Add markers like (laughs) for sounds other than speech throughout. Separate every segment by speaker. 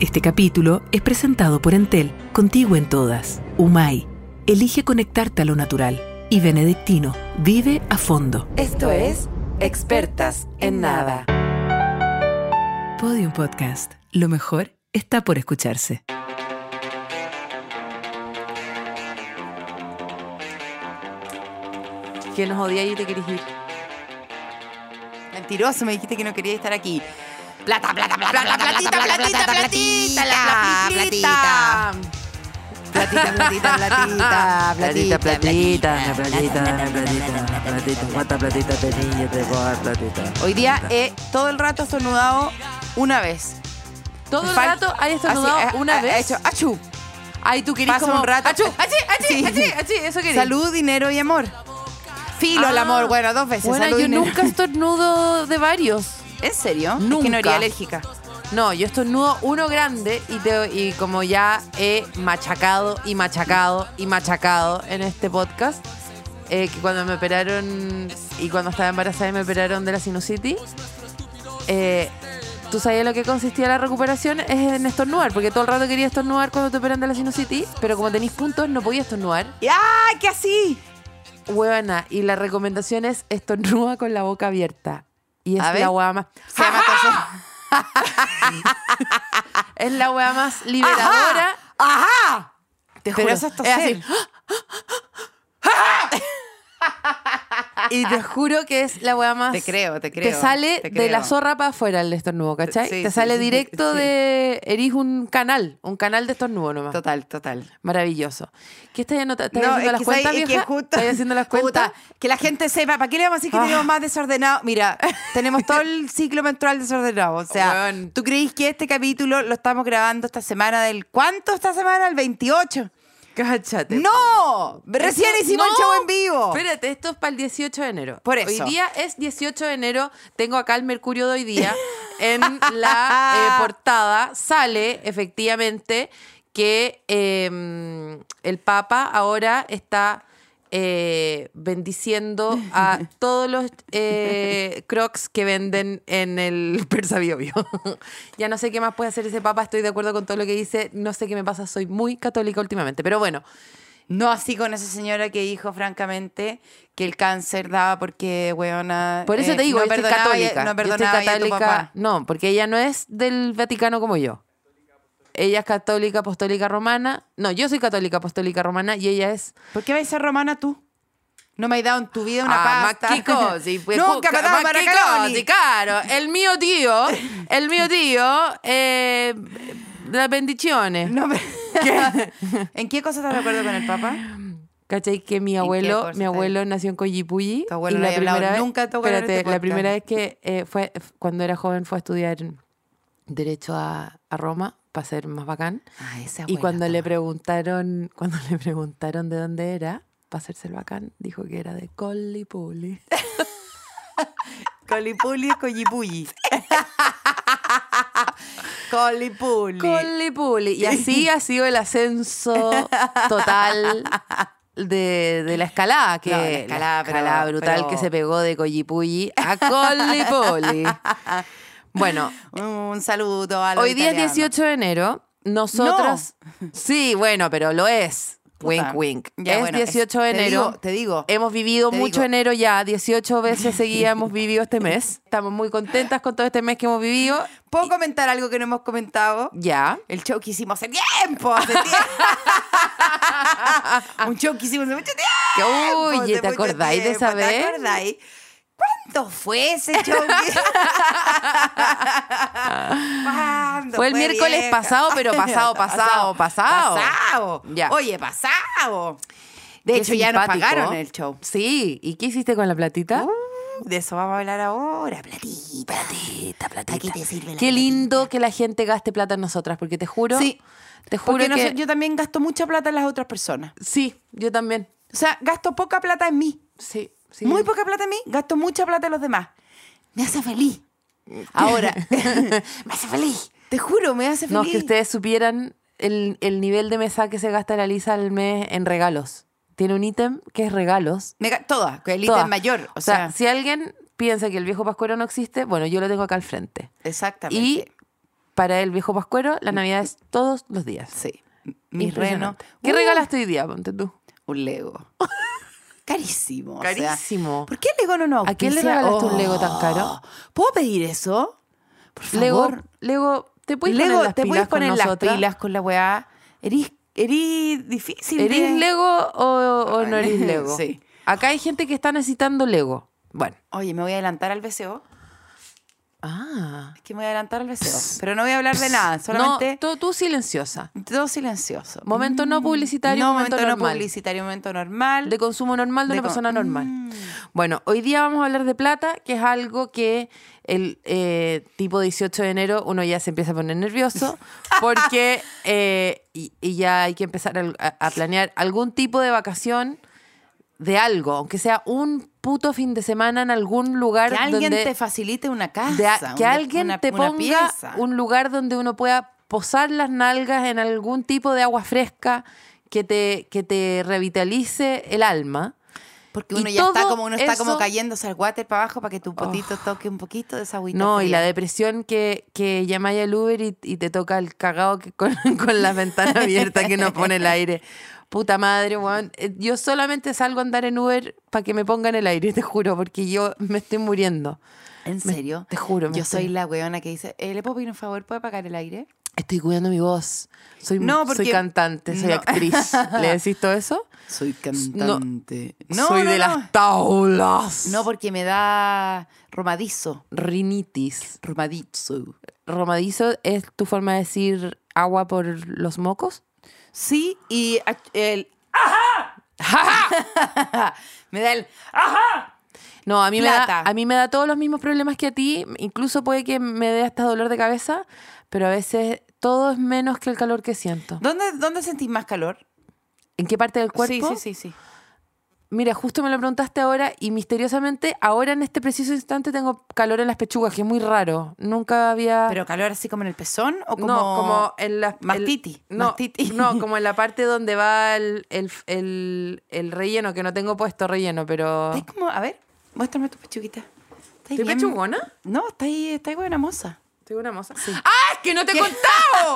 Speaker 1: Este capítulo es presentado por Entel, contigo en todas. Humay, elige conectarte a lo natural. Y Benedictino, vive a fondo.
Speaker 2: Esto es Expertas en Nada.
Speaker 1: Podium Podcast, lo mejor está por escucharse.
Speaker 2: Que nos odia y te querés ir. Mentiroso, me dijiste que no quería estar aquí. Plata, plata, plata, plata, platita, platita, platita, la platita. Platita,
Speaker 3: (laughs)
Speaker 2: platita, platita,
Speaker 4: Platita, platita, la platita, la platita, la platita. ¿Cuánta platita tenía? Te puedo dar platita.
Speaker 2: Hoy día eh, he todo el rato estornudado una vez.
Speaker 3: Todo el
Speaker 2: Fal-
Speaker 3: rato hay estornudado
Speaker 2: Así, ha-
Speaker 3: una
Speaker 2: ha-
Speaker 3: vez.
Speaker 2: ha ah, hecho achú.
Speaker 3: Ay, tú querés
Speaker 2: Pasa
Speaker 3: como
Speaker 2: un rato.
Speaker 3: Achú, achí, achí,
Speaker 2: Sí.
Speaker 3: achí, achí, eso querés.
Speaker 2: Salud, dinero y amor. Filo el
Speaker 3: Ah.
Speaker 2: amor, bueno, dos veces.
Speaker 3: Bueno,
Speaker 2: salud,
Speaker 3: yo
Speaker 2: dinero.
Speaker 3: nunca estornudo de varios.
Speaker 2: ¿En serio? Es que no
Speaker 3: Nunca.
Speaker 2: haría alérgica.
Speaker 3: No, yo estornudo uno grande y, te- y como ya he machacado y machacado y machacado en este podcast, eh, que cuando me operaron y cuando estaba embarazada y me operaron de la sinusitis, eh, tú sabías lo que consistía la recuperación es en estornudar, porque todo el rato quería estornudar cuando te operan de la sinusitis, pero como tenéis puntos no podía estornudar.
Speaker 2: Y- ¡Ah, qué así!
Speaker 3: Huevana, y la recomendación es estornuda con la boca abierta. Y es
Speaker 2: A ver.
Speaker 3: la hueá más.
Speaker 2: Se
Speaker 3: (laughs)
Speaker 2: llama entonces-
Speaker 3: Es la hueá más liberadora.
Speaker 2: ¡Ajá!
Speaker 3: Te
Speaker 2: Pero
Speaker 3: juro.
Speaker 2: eso es
Speaker 3: Es así.
Speaker 2: toser.
Speaker 3: Y te juro que es la hueá más.
Speaker 2: Te creo, te
Speaker 3: Ah, Te
Speaker 2: creo.
Speaker 3: sale
Speaker 2: te
Speaker 3: de la
Speaker 2: creo.
Speaker 3: zorra para afuera el estornudo, ¿cachai?
Speaker 2: Sí,
Speaker 3: te
Speaker 2: sí,
Speaker 3: sale
Speaker 2: sí,
Speaker 3: directo
Speaker 2: sí.
Speaker 3: de. Erís un canal, un canal de estornudo nomás.
Speaker 2: Total, total.
Speaker 3: Maravilloso. ¿Qué estás anota- estás
Speaker 2: No,
Speaker 3: haciendo
Speaker 2: es
Speaker 3: las
Speaker 2: que
Speaker 3: cuentas,
Speaker 2: sabes, es que
Speaker 3: vieja?
Speaker 2: justo-
Speaker 3: ¿Estás haciendo las
Speaker 2: Puta,
Speaker 3: cuentas? Ah.
Speaker 2: que la gente sepa, ¿para qué le vamos a decir que tenemos más desordenado?
Speaker 3: (laughs)
Speaker 2: Mira, tenemos todo el ciclo menstrual desordenado. O sea,
Speaker 3: Weón.
Speaker 2: ¿tú creís que este capítulo lo estamos grabando esta semana del. ¿Cuánto esta semana? El 28.
Speaker 3: Cáchate.
Speaker 2: ¡No! Recién
Speaker 3: Esto-
Speaker 2: hicimos el
Speaker 3: no,
Speaker 2: show en vivo.
Speaker 3: Espérate, esto es para el 18 de enero.
Speaker 2: Por eso.
Speaker 3: Hoy día es 18 de enero. Tengo acá el Mercurio de hoy
Speaker 2: (laughs)
Speaker 3: día. en la eh, portada sale efectivamente que eh, el Papa ahora está eh, bendiciendo a
Speaker 2: (laughs)
Speaker 3: todos los eh, crocs que venden en el (laughs) Persa Bio Bio. ya no sé qué más puede hacer ese Papa. Estoy de acuerdo con todo lo que dice. No sé qué me pasa. Soy muy católica últimamente. Pero bueno.
Speaker 2: No así con esa señora que dijo, francamente, que el cáncer daba porque, weona.
Speaker 3: Por eso
Speaker 2: eh,
Speaker 3: te digo,
Speaker 2: no
Speaker 3: yo estoy
Speaker 2: perdonaba y-
Speaker 3: católica.
Speaker 2: No
Speaker 3: yo estoy
Speaker 2: perdonaba y a tu
Speaker 3: católica-
Speaker 2: papá.
Speaker 3: No, porque ella no es del Vaticano como yo. Ella es católica apostólica romana. No, yo soy católica apostólica romana y ella es.
Speaker 2: ¿Por qué vais a ser romana tú? No me has dado en tu vida una
Speaker 3: Ah,
Speaker 2: pasta.
Speaker 3: más que
Speaker 2: (laughs)
Speaker 3: cosi, pues,
Speaker 2: Nunca me has
Speaker 3: cu-
Speaker 2: dado
Speaker 3: más que
Speaker 2: baracaloni.
Speaker 3: cosi, claro. El mío tío, el mío tío, eh, las bendiciones. (laughs)
Speaker 2: No me- (laughs) ¿En qué cosa estás de acuerdo con el papá?
Speaker 3: ¿Cachai? Que mi
Speaker 2: qué
Speaker 3: abuelo,
Speaker 2: cosa
Speaker 3: mi
Speaker 2: está
Speaker 3: abuelo nació en Coyipulli.
Speaker 2: Tu abuelo
Speaker 3: y
Speaker 2: no
Speaker 3: la
Speaker 2: había hablado
Speaker 3: primera vez-
Speaker 2: nunca de tu abuelo en
Speaker 3: espérate, La
Speaker 2: este podcast.
Speaker 3: primera vez que eh, fue, f- cuando era joven, fue a estudiar Derecho a, a Roma para ser más bacán. Y cuando le preguntaron, (laughs) cuando le preguntaron de dónde era, para hacerse el bacán, dijo que era de Collipulli.
Speaker 2: Colipuli es (laughs) collipulli. Colipuli.
Speaker 3: Collipulli. Y así ha sido el ascenso total de, de la escalada, que
Speaker 2: No, la escalada, pero-
Speaker 3: escalada brutal
Speaker 2: pero-
Speaker 3: que se pegó de Collipulli a
Speaker 2: (laughs)
Speaker 3: Collipulli. bueno,
Speaker 2: Un saludo a los
Speaker 3: hoy día es
Speaker 2: italianos.
Speaker 3: 18 de enero. Nosotras. (laughs) Sí, bueno, pero lo es.
Speaker 2: Puta.
Speaker 3: Wink, wink.
Speaker 2: Ya,
Speaker 3: es
Speaker 2: bueno,
Speaker 3: 18 de
Speaker 2: te
Speaker 3: enero.
Speaker 2: digo, te digo.
Speaker 3: Hemos vivido
Speaker 2: Te
Speaker 3: mucho
Speaker 2: digo.
Speaker 3: enero ya, 18 veces seguidas
Speaker 2: (laughs)
Speaker 3: hemos vivido este mes. Estamos muy contentas con todo este mes que hemos vivido.
Speaker 2: ¿Puedo comentar algo que no hemos comentado?
Speaker 3: Ya.
Speaker 2: El show que hicimos hace
Speaker 3: (laughs)
Speaker 2: tiempo. hace tiempo. (laughs) Un show que hicimos hace mucho tiempo.
Speaker 3: Que,
Speaker 2: tiempo,
Speaker 3: Oye,
Speaker 2: hace
Speaker 3: ¿te
Speaker 2: mucho
Speaker 3: acordáis de
Speaker 2: tiempo,
Speaker 3: esa
Speaker 2: ¿Te
Speaker 3: vez?
Speaker 2: acordáis? ¿Cuánto fue ese
Speaker 3: (laughs)
Speaker 2: show? ¿Cuándo
Speaker 3: Fue el miércoles
Speaker 2: vieja?
Speaker 3: pasado, pero
Speaker 2: (laughs)
Speaker 3: pasado, pasado, pasado.
Speaker 2: Pasado.
Speaker 3: Ya.
Speaker 2: Oye, pasado. De
Speaker 3: Qué
Speaker 2: hecho, ya nos
Speaker 3: simpático.
Speaker 2: pagaron el show.
Speaker 3: Sí. ¿Y qué hiciste con la platita?
Speaker 2: Uh, de eso vamos a hablar ahora. Platita.
Speaker 3: platita, platita.
Speaker 2: Aquí te sirve la
Speaker 3: Qué lindo que la gente gaste plata en nosotras, porque te juro.
Speaker 2: Sí.
Speaker 3: Te juro que.
Speaker 2: Porque no sé, yo también gasto mucha plata en las otras personas.
Speaker 3: Sí, yo también.
Speaker 2: O sea, gasto poca plata en mí.
Speaker 3: Sí, sí.
Speaker 2: Muy poca plata en mí, gasto mucha plata en los demás. Me hace feliz. Ahora,
Speaker 3: (laughs) Me hace feliz.
Speaker 2: te juro, me hace feliz.
Speaker 3: No, es que ustedes supieran el, el nivel de mesa que se gasta la Lisa al mes en regalos. Tiene un ítem que es regalos.
Speaker 2: Me ga- todas, que el
Speaker 3: Todas.
Speaker 2: ítem mayor. O sea,
Speaker 3: si alguien piensa que el viejo Pascuero no existe, bueno, yo lo tengo acá al frente.
Speaker 2: exactamente.
Speaker 3: Y para el viejo pascuero la Navidad es todos los días.
Speaker 2: Sí. Mis renos.
Speaker 3: Impresionante. ¿Qué
Speaker 2: Uh,
Speaker 3: regalaste hoy día, ponte tú?
Speaker 2: Un Lego.
Speaker 3: (laughs)
Speaker 2: Carísimo. o sea,
Speaker 3: Carísimo.
Speaker 2: ¿Por qué el Lego no nos
Speaker 3: ¿A quién le
Speaker 2: auspicia? Oh,
Speaker 3: regalaste un Lego tan caro?
Speaker 2: ¿Puedo pedir eso? Por
Speaker 3: Lego,
Speaker 2: favor.
Speaker 3: Lego, ¿te puedes
Speaker 2: Lego,
Speaker 3: poner las
Speaker 2: te
Speaker 3: pilas
Speaker 2: puedes
Speaker 3: con
Speaker 2: poner las
Speaker 3: nosotras?
Speaker 2: pilas con la weá. Erís, erís difícil.
Speaker 3: ¿Eres
Speaker 2: de-
Speaker 3: Lego o, o no
Speaker 2: (laughs)
Speaker 3: eres Lego?
Speaker 2: Sí.
Speaker 3: Acá hay gente que está necesitando Lego. Bueno.
Speaker 2: Oye, me voy a adelantar al BCO.
Speaker 3: Ah.
Speaker 2: Es que me voy a adelantar al BCO. Pero no voy a hablar de nada. Solamente
Speaker 3: tú, silenciosa.
Speaker 2: todo silencioso. Mm,
Speaker 3: Momento no publicitario,
Speaker 2: No,
Speaker 3: momento,
Speaker 2: momento no
Speaker 3: normal.
Speaker 2: publicitario, momento normal.
Speaker 3: de consumo normal de,
Speaker 2: De
Speaker 3: una
Speaker 2: con-
Speaker 3: persona normal.
Speaker 2: Mm.
Speaker 3: Bueno, hoy día vamos a hablar de plata, que es algo que el eh, tipo 18 de enero uno ya se empieza a poner
Speaker 2: (laughs)
Speaker 3: nervioso porque eh, y, y ya hay que empezar al- a, a planear algún tipo de vacación de algo, aunque sea un puto fin de semana en algún lugar
Speaker 2: que alguien
Speaker 3: donde
Speaker 2: te facilite una casa.
Speaker 3: de a- que
Speaker 2: una-
Speaker 3: alguien
Speaker 2: una-
Speaker 3: te
Speaker 2: una
Speaker 3: ponga
Speaker 2: pieza.
Speaker 3: un lugar donde uno pueda posar las nalgas en algún tipo de agua fresca que te, que te revitalice el alma.
Speaker 2: Porque
Speaker 3: y
Speaker 2: uno ya está
Speaker 3: todo
Speaker 2: como, uno está como
Speaker 3: eso- Oh.
Speaker 2: cayéndose al water para abajo para que tu potito toque un poquito de esa agüita.
Speaker 3: No, y
Speaker 2: fría.
Speaker 3: la depresión que, que llamáis al Uber y, y te toca el cagado que con, (laughs) con la ventana abierta que nos pone el aire. Puta madre, weón. Eh, Yo solamente salgo a andar en Uber para que me pongan el aire, (laughs) te juro, porque yo me estoy muriendo.
Speaker 2: ¿En
Speaker 3: Me-
Speaker 2: serio?
Speaker 3: te juro, me
Speaker 2: Yo soy
Speaker 3: estoy-
Speaker 2: la weona que dice, eh, ¿le puedo pedir un favor? ¿Puede apagar el aire?
Speaker 3: Estoy cuidando mi voz. Soy, soy
Speaker 2: No, porque-
Speaker 3: cantante, soy
Speaker 2: no.
Speaker 3: actriz. ¿Le decís todo eso?
Speaker 2: Soy
Speaker 3: cantante.
Speaker 2: No,
Speaker 3: soy
Speaker 2: no,
Speaker 3: de
Speaker 2: no.
Speaker 3: las taulas.
Speaker 2: No, porque me da romadizo.
Speaker 3: Rinitis.
Speaker 2: Romadizo.
Speaker 3: ¿Romadizo es tu forma de decir agua por los mocos?
Speaker 2: Sí, y ah, el... (laughs) me da el...
Speaker 3: No, a mí, me da,
Speaker 2: Plata.
Speaker 3: a mí me da todos los mismos problemas que a ti. Incluso puede que me dé hasta dolor de cabeza, pero a veces todo es menos que el calor que siento.
Speaker 2: ¿Dónde, dónde sentís más calor?
Speaker 3: ¿En qué parte del cuerpo?
Speaker 2: Sí, sí, sí, sí.
Speaker 3: Mira, justo me lo preguntaste ahora y misteriosamente, ahora en este preciso instante tengo calor en las pechugas, que es muy raro. Nunca había...
Speaker 2: ¿Pero calor así como en el pezón o como...?
Speaker 3: no, como en las... el-
Speaker 2: Mastiti,
Speaker 3: no,
Speaker 2: mastiti.
Speaker 3: (laughs) no,
Speaker 2: (laughs)
Speaker 3: como en la parte donde va el, el- el- el relleno, que no tengo puesto relleno, pero...
Speaker 2: Estáis como... A ver, muéstrame tu pechuguita. ¿Estáis
Speaker 3: ¿Estoy
Speaker 2: bien?
Speaker 3: pechugona?
Speaker 2: No, estáis estáis buena moza.
Speaker 3: ¿Estoy una moza? ¡Ah, es que no te he
Speaker 2: (laughs)
Speaker 3: contado!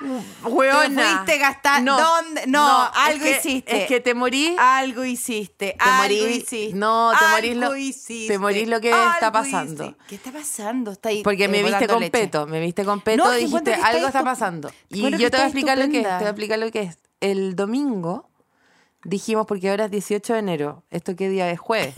Speaker 2: Tú fuiste gastar- ¿dónde? No, algo
Speaker 3: es que-
Speaker 2: hiciste.
Speaker 3: Es que te morís.
Speaker 2: Algo hiciste, algo
Speaker 3: morí-
Speaker 2: hiciste.
Speaker 3: no, te
Speaker 2: algo
Speaker 3: morís lo-
Speaker 2: hiciste,
Speaker 3: te morís lo que
Speaker 2: algo
Speaker 3: está pasando.
Speaker 2: hiciste. ¿Qué está pasando? Está ahí,
Speaker 3: Porque
Speaker 2: eh,
Speaker 3: me viste
Speaker 2: botando
Speaker 3: con
Speaker 2: leche.
Speaker 3: peto, me viste con peto
Speaker 2: No,
Speaker 3: y
Speaker 2: es que encuentro
Speaker 3: dijiste
Speaker 2: que
Speaker 3: algo
Speaker 2: está
Speaker 3: está
Speaker 2: estu-
Speaker 3: pasando. Y yo te
Speaker 2: encuentro
Speaker 3: voy
Speaker 2: que
Speaker 3: a
Speaker 2: está
Speaker 3: explicar lo que es, te
Speaker 2: estupenda.
Speaker 3: voy a explicar lo que es. El domingo dijimos, porque ahora es 18 de enero, ¿esto qué día es?
Speaker 2: (laughs)
Speaker 3: Jueves.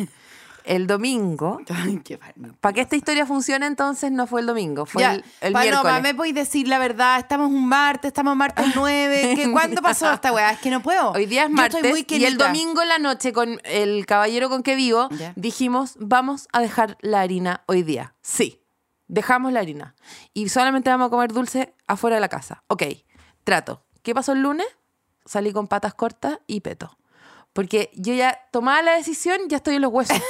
Speaker 3: El domingo,
Speaker 2: (laughs) Ay, qué bárbaro.
Speaker 3: para que esta historia funcione entonces no fue el domingo, fue
Speaker 2: Ya,
Speaker 3: el, el
Speaker 2: Paloma,
Speaker 3: miércoles.
Speaker 2: me podéis decir la verdad. Estamos un martes, estamos martes 9.
Speaker 3: (laughs)
Speaker 2: ¿Qué, ¿Cuándo pasó esta weá? Es que no puedo.
Speaker 3: Hoy día es
Speaker 2: Yo
Speaker 3: martes
Speaker 2: estoy muy
Speaker 3: y el
Speaker 2: querida.
Speaker 3: domingo en la noche con el caballero con que vivo
Speaker 2: Ya.
Speaker 3: dijimos vamos a dejar la harina hoy día. Sí, dejamos la harina y solamente vamos a comer dulce afuera de la casa. Ok, trato. ¿Qué pasó el lunes? Salí con patas cortas y peto. Porque yo ya tomaba la decisión, ya estoy en los
Speaker 2: (laughs)
Speaker 3: huesos.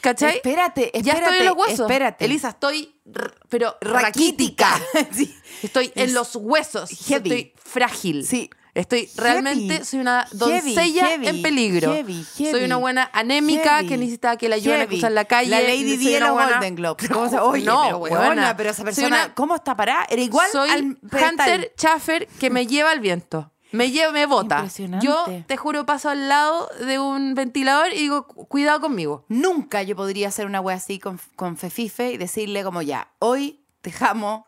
Speaker 3: ¿Cachai?
Speaker 2: Espérate, espérate.
Speaker 3: ya estoy en los huesos.
Speaker 2: Espérate.
Speaker 3: Elisa, estoy r- pero
Speaker 2: raquítica.
Speaker 3: raquítica. (laughs)
Speaker 2: sí.
Speaker 3: Estoy en los huesos.
Speaker 2: Heavy.
Speaker 3: Estoy frágil.
Speaker 2: Sí.
Speaker 3: Estoy realmente,
Speaker 2: Heavy.
Speaker 3: soy una
Speaker 2: Heavy,
Speaker 3: doncella
Speaker 2: heavy,
Speaker 3: en peligro.
Speaker 2: heavy, heavy,
Speaker 3: soy una buena anémica
Speaker 2: heavy,
Speaker 3: que necesitaba que la ayuden a
Speaker 2: heavy.
Speaker 3: cruzar la calle.
Speaker 2: La Lady
Speaker 3: Soy
Speaker 2: Di de
Speaker 3: una
Speaker 2: los
Speaker 3: buena- (laughs)
Speaker 2: Golden Globes. ¿Cómo se- Oye,
Speaker 3: No,
Speaker 2: pero weona,
Speaker 3: weona.
Speaker 2: pero esa
Speaker 3: Soy
Speaker 2: persona,
Speaker 3: una-
Speaker 2: ¿cómo está parada? Era igual
Speaker 3: soy
Speaker 2: al pedestal.
Speaker 3: Hunter Chaffer que me lleva al viento. Me lleva, me bota.
Speaker 2: Impresionante.
Speaker 3: Yo, te juro, paso al lado de un ventilador y digo, "Cu- cuidado conmigo.
Speaker 2: Nunca yo podría hacer una wea así con, con Fefife y decirle como ya, hoy dejamos.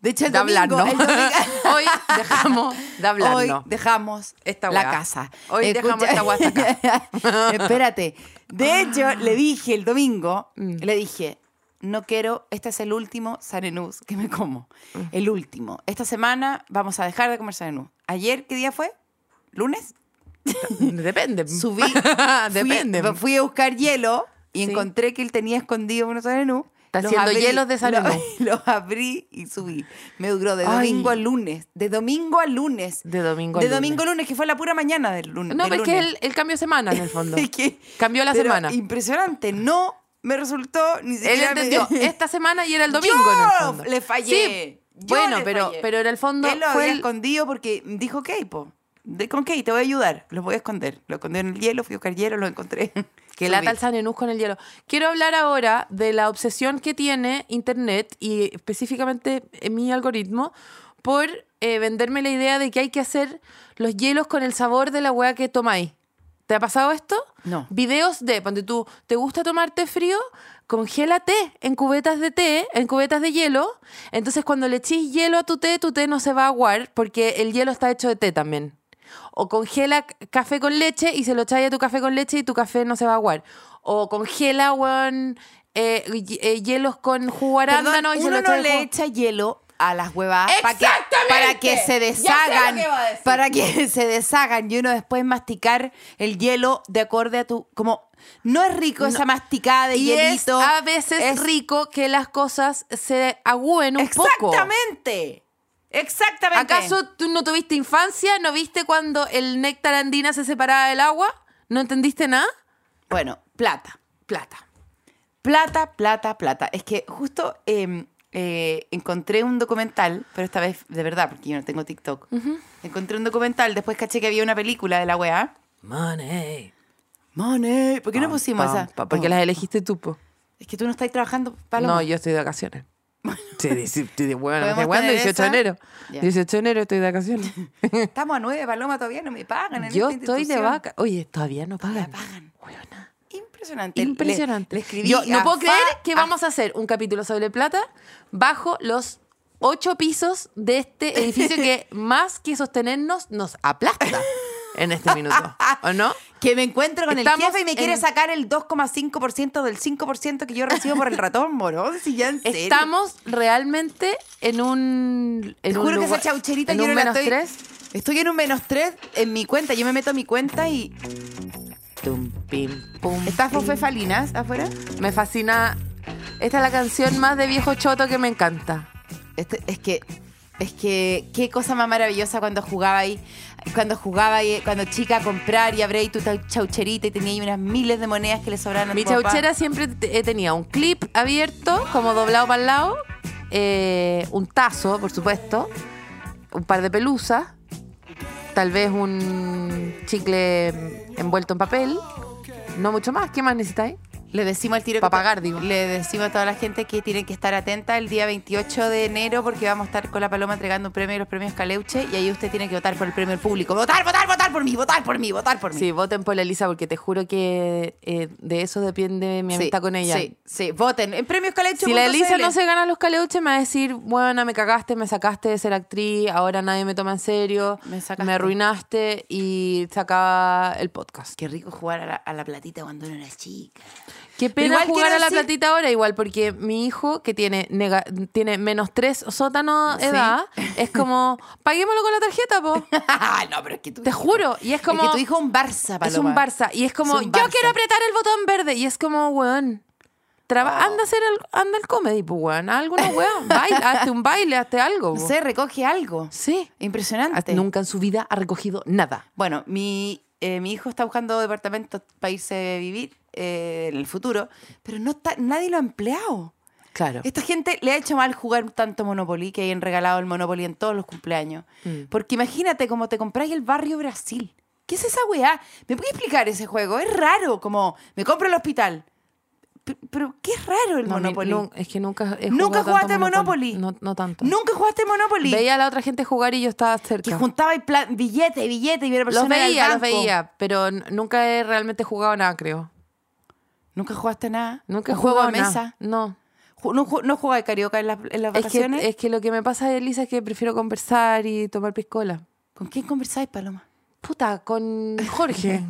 Speaker 2: De hecho, el
Speaker 3: de
Speaker 2: domingo,
Speaker 3: hablarnos.
Speaker 2: el domingo-
Speaker 3: (laughs) Hoy dejamos de
Speaker 2: Hoy
Speaker 3: hablarnos.
Speaker 2: dejamos
Speaker 3: Esta
Speaker 2: la
Speaker 3: wea.
Speaker 2: casa.
Speaker 3: Hoy dejamos esta wea hasta Ah.
Speaker 2: acá. (laughs) Espérate. De hecho, le dije el domingo,
Speaker 3: Mm.
Speaker 2: le dije, no quiero, este es el último Sanenús que me como.
Speaker 3: Mm.
Speaker 2: El último. Esta semana vamos a dejar de comer Sanenús. ¿Ayer qué día fue? ¿Lunes?
Speaker 3: Depende.
Speaker 2: subí,
Speaker 3: (laughs) Depende.
Speaker 2: Fui, fui a buscar hielo y
Speaker 3: Sí.
Speaker 2: encontré que él tenía escondido unos arenú.
Speaker 3: Está
Speaker 2: Los
Speaker 3: haciendo hielos de San
Speaker 2: lo-
Speaker 3: Enú.
Speaker 2: (laughs) Los abrí y subí. Me duró de
Speaker 3: Ay.
Speaker 2: domingo a lunes. De domingo a lunes.
Speaker 3: De domingo a
Speaker 2: De
Speaker 3: lunes.
Speaker 2: domingo a lunes, que fue la pura mañana del lunes.
Speaker 3: No,
Speaker 2: del
Speaker 3: pero es que
Speaker 2: lunes.
Speaker 3: el, el cambio de semana en el fondo.
Speaker 2: (laughs) Es que-
Speaker 3: Cambió la
Speaker 2: pero
Speaker 3: semana.
Speaker 2: Impresionante. No me resultó ni
Speaker 3: Él
Speaker 2: siquiera. me- (laughs)
Speaker 3: entendió este esta semana y era el domingo en el
Speaker 2: Yo
Speaker 3: fondo.
Speaker 2: le fallé.
Speaker 3: Sí,
Speaker 2: Yo
Speaker 3: bueno,
Speaker 2: le
Speaker 3: pero,
Speaker 2: fallé.
Speaker 3: pero en el fondo
Speaker 2: Él lo
Speaker 3: fue
Speaker 2: había
Speaker 3: el-
Speaker 2: escondido porque dijo, ok, po. de con qué, te voy a ayudar. Los voy a esconder. Lo escondí en el hielo, fui a buscar hielo, lo encontré.
Speaker 3: (laughs) Que
Speaker 2: Subí.
Speaker 3: lata el Sanenús con el hielo. Quiero hablar ahora de la obsesión que tiene Internet y específicamente eh, mi algoritmo por eh, venderme la idea de que hay que hacer los hielos con el sabor de la hueá que tomáis. ¿Te ha pasado esto?
Speaker 2: No.
Speaker 3: Videos de, ponte tú, ¿te gusta tomar té frío? Congela té en cubetas de té, en cubetas de hielo. Entonces cuando le echís hielo a tu té, tu té no se va a aguar porque el hielo está hecho de té también. O congela c- café con leche y se lo echáis a tu café con leche y tu café no se va a aguar. O congela weón, eh, y- eh, hielos con jugo
Speaker 2: Perdón,
Speaker 3: arándano y se lo
Speaker 2: uno no
Speaker 3: echáis al
Speaker 2: le
Speaker 3: jugo-
Speaker 2: echa hielo a las huevas para que,
Speaker 3: ¡Exactamente!
Speaker 2: para que se
Speaker 3: Ya sé lo
Speaker 2: deshagan,
Speaker 3: que iba a decir.
Speaker 2: para que (laughs) se deshagan y uno después masticar el hielo de acorde a tu como no es rico esa masticada de
Speaker 3: Y es
Speaker 2: hielito.
Speaker 3: a veces
Speaker 2: es-
Speaker 3: rico que las cosas se agúen un poco.
Speaker 2: Exactamente. Exactamente.
Speaker 3: ¿Acaso tú no tuviste infancia? ¿No viste cuando el néctar andina se separaba del agua? ¿No entendiste nada?
Speaker 2: bueno, plata.
Speaker 3: Plata.
Speaker 2: Plata, plata, plata. Es que justo eh, eh, encontré un documental, pero esta vez de verdad, porque yo no tengo TikTok. Encontré un documental, después caché que había una película de la weá.
Speaker 3: Money.
Speaker 2: Money. ¿Por qué no pusimos esa?
Speaker 3: porque
Speaker 2: Pum.
Speaker 3: las elegiste tú, po.
Speaker 2: Es que tú no estás trabajando, Paloma.
Speaker 3: No, yo estoy de vacaciones. Sí, dice- estoy de huevo, no sé
Speaker 2: ¿Podemos
Speaker 3: cuándo,
Speaker 2: tener
Speaker 3: 18 de
Speaker 2: esa?
Speaker 3: enero.
Speaker 2: Ya.
Speaker 3: 18 de enero estoy de vacaciones.
Speaker 2: Estamos a nueve, Paloma, todavía no me pagan. (laughs) en
Speaker 3: Yo
Speaker 2: esta
Speaker 3: estoy de
Speaker 2: institución.
Speaker 3: vaca. Oye, todavía no pagan.
Speaker 2: pagan.
Speaker 3: Hueona.
Speaker 2: Impresionante. Le-
Speaker 3: Impresionante.
Speaker 2: le escribí
Speaker 3: Yo no
Speaker 2: a
Speaker 3: puedo
Speaker 2: Fa-
Speaker 3: creer que
Speaker 2: a-
Speaker 3: vamos a hacer un capítulo sobre plata bajo los ocho pisos de este edificio
Speaker 2: (laughs)
Speaker 3: que más que sostenernos nos aplasta en este minuto. ¿O no?
Speaker 2: Que me encuentro con
Speaker 3: Estamos
Speaker 2: el jefe y me quiere
Speaker 3: en-
Speaker 2: sacar el 2,5% del 5% que yo recibo por el ratón, moro. Si ya en serio.
Speaker 3: Estamos realmente en un. En
Speaker 2: Te
Speaker 3: un
Speaker 2: juro que esa
Speaker 3: lugar-
Speaker 2: chaucherita
Speaker 3: en
Speaker 2: yo
Speaker 3: un
Speaker 2: no la
Speaker 3: menos
Speaker 2: estoy.
Speaker 3: tres.
Speaker 2: Estoy en un menos 3 en mi cuenta. Yo me meto a mi cuenta y.
Speaker 3: Tum, pim, pum.
Speaker 2: ¿Estás fofefalinas afuera?
Speaker 3: Me fascina. Esta es la canción más de viejo choto que me encanta.
Speaker 2: Este- es que. Es que qué cosa más maravillosa cuando jugaba ahí, cuando jugaba ahí, cuando chica a comprar y abrí tu ta- chaucherita y tenía ahí unas miles de monedas que le sobraron a
Speaker 3: Mi
Speaker 2: tu papá.
Speaker 3: chauchera siempre te- eh, tenía un clip abierto, como doblado para el lado, eh, un tazo, por supuesto, un par de pelusas, tal vez un chicle mm, envuelto en papel, no mucho más. ¿Qué más necesitáis?
Speaker 2: Le decimos al tiro
Speaker 3: Pa'
Speaker 2: to-
Speaker 3: pagar, digo.
Speaker 2: Le decimos a toda la gente que tienen que estar atenta el día 28 de enero porque vamos a estar con la paloma entregando un premio de los premios Caleuche y ahí usted tiene que votar por el premio del público. Votar, votar, votar por mí, votar por mí, votar por mí.
Speaker 3: Sí, voten por la Elisa porque te juro que eh, de eso depende mi
Speaker 2: Sí,
Speaker 3: amistad con ella.
Speaker 2: Sí, sí, voten en premios Caleuche.
Speaker 3: Si la Elisa no se gana los caleuches, me va a decir, bueno, me cagaste, me sacaste de ser actriz, ahora nadie me toma en serio,
Speaker 2: Me
Speaker 3: me,
Speaker 2: sacaste".
Speaker 3: arruinaste y sacaba el podcast.
Speaker 2: Qué rico jugar a la, a la platita cuando uno era
Speaker 3: (laughs)
Speaker 2: chica.
Speaker 3: Qué
Speaker 2: Pero
Speaker 3: pena
Speaker 2: igual
Speaker 3: jugar
Speaker 2: quiero
Speaker 3: a la
Speaker 2: decir-
Speaker 3: platita ahora, igual, porque mi hijo, que tiene, nega- tiene menos tres sótanos edad,
Speaker 2: (laughs)
Speaker 3: es como, paguémoslo con la tarjeta, po.
Speaker 2: no, pero es que tú.
Speaker 3: Te juro. Y es como.
Speaker 2: Es que tu hijo es un Barça, Paloma.
Speaker 3: es un Barça. Y es como,
Speaker 2: Es un
Speaker 3: yo
Speaker 2: Barça.
Speaker 3: quiero apretar el botón verde. Y es como, weón. traba- Anda a hacer el, anda al comedy, pues, weón. Haz Alguna weón.
Speaker 2: (laughs)
Speaker 3: Baila, hazte un baile, hazte algo.
Speaker 2: No
Speaker 3: po.
Speaker 2: sé, recoge algo.
Speaker 3: Sí. Ah,
Speaker 2: Impresionante.
Speaker 3: Nunca en su vida ha recogido nada.
Speaker 2: Bueno, mi, eh, mi hijo está buscando departamentos para irse a vivir eh, en el futuro, pero no está, nadie lo ha empleado.
Speaker 3: Claro.
Speaker 2: Esta gente le ha hecho mal jugar tanto Monopoly que hayan regalado el Monopoly en todos los cumpleaños.
Speaker 3: Mm.
Speaker 2: Porque imagínate como te compráis el barrio Brasil. ¿Qué es esa weá? ¿Me puede explicar ese juego? Es raro, como me compro el hospital. P- pero qué raro el
Speaker 3: No, a mí
Speaker 2: Monopoly.
Speaker 3: nun- es que nunca he
Speaker 2: ¿Nunca
Speaker 3: jugado
Speaker 2: jugaste
Speaker 3: tanto
Speaker 2: Monopoly?
Speaker 3: No, no tanto.
Speaker 2: Nunca jugaste Monopoly.
Speaker 3: Veía a la otra gente jugar y yo estaba
Speaker 2: que
Speaker 3: cerca.
Speaker 2: juntaba el pla- billete, billete y una persona
Speaker 3: Los
Speaker 2: era el
Speaker 3: veía, los
Speaker 2: banco.
Speaker 3: veía, pero n- nunca he realmente jugado nada, creo.
Speaker 2: Nunca jugaste nada.
Speaker 3: Nunca he
Speaker 2: ¿Un juego
Speaker 3: jugado
Speaker 2: de mesa.
Speaker 3: nada. No.
Speaker 2: Ju- ¿No, ju- no jugaba de carioca en las, en las
Speaker 3: Es que,
Speaker 2: vacaciones?
Speaker 3: es que lo que me pasa, Elisa, es que prefiero conversar y tomar piscola.
Speaker 2: ¿Con quién conversáis, Paloma?
Speaker 3: Puta, (laughs) con Jorge.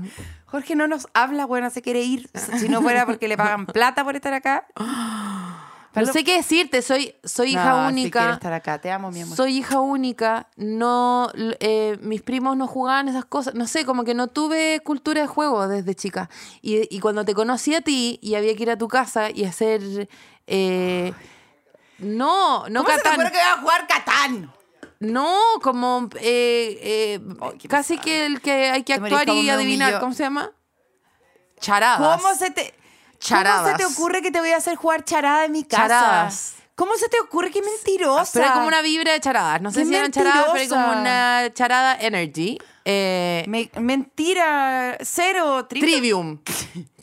Speaker 2: Jorge no nos habla, bueno, se quiere ir.
Speaker 3: Ah.
Speaker 2: Si no fuera porque
Speaker 3: (laughs)
Speaker 2: le pagan plata por
Speaker 3: (gasps)
Speaker 2: estar acá.
Speaker 3: no sé qué decirte, soy, soy
Speaker 2: No,
Speaker 3: hija
Speaker 2: sí quiere
Speaker 3: única.
Speaker 2: estar acá. Te amo, mi amor.
Speaker 3: soy hija única, no l- eh, mis primos no jugaban esas cosas, no sé, como que no tuve cultura de juego desde chica. Y, y cuando te conocí a ti y había que ir a tu casa y hacer... eh, no, no
Speaker 2: ¿Cómo se te
Speaker 3: Catán.
Speaker 2: ocurre que vas a jugar Catán?
Speaker 3: No, como eh, eh,
Speaker 2: Ay, qué
Speaker 3: casi
Speaker 2: pesada.
Speaker 3: que el que hay que
Speaker 2: Te morís
Speaker 3: actuar
Speaker 2: como
Speaker 3: y
Speaker 2: me
Speaker 3: adivinar,
Speaker 2: humilló.
Speaker 3: ¿cómo se llama? Charadas.
Speaker 2: ¿Cómo se te... ¿Cómo se
Speaker 3: Charadas.
Speaker 2: te ocurre que te voy a hacer jugar charada en mi casa?
Speaker 3: Charadas.
Speaker 2: ¿Cómo se te ocurre? ¡Qué mentirosa!
Speaker 3: Pero hay como una vibra de charadas. No sé
Speaker 2: Qué
Speaker 3: si eran charadas, pero hay como
Speaker 2: mentirosa.
Speaker 3: una charada energy. Eh,
Speaker 2: Me- mentira, cero, triple. (laughs)
Speaker 3: Trivium.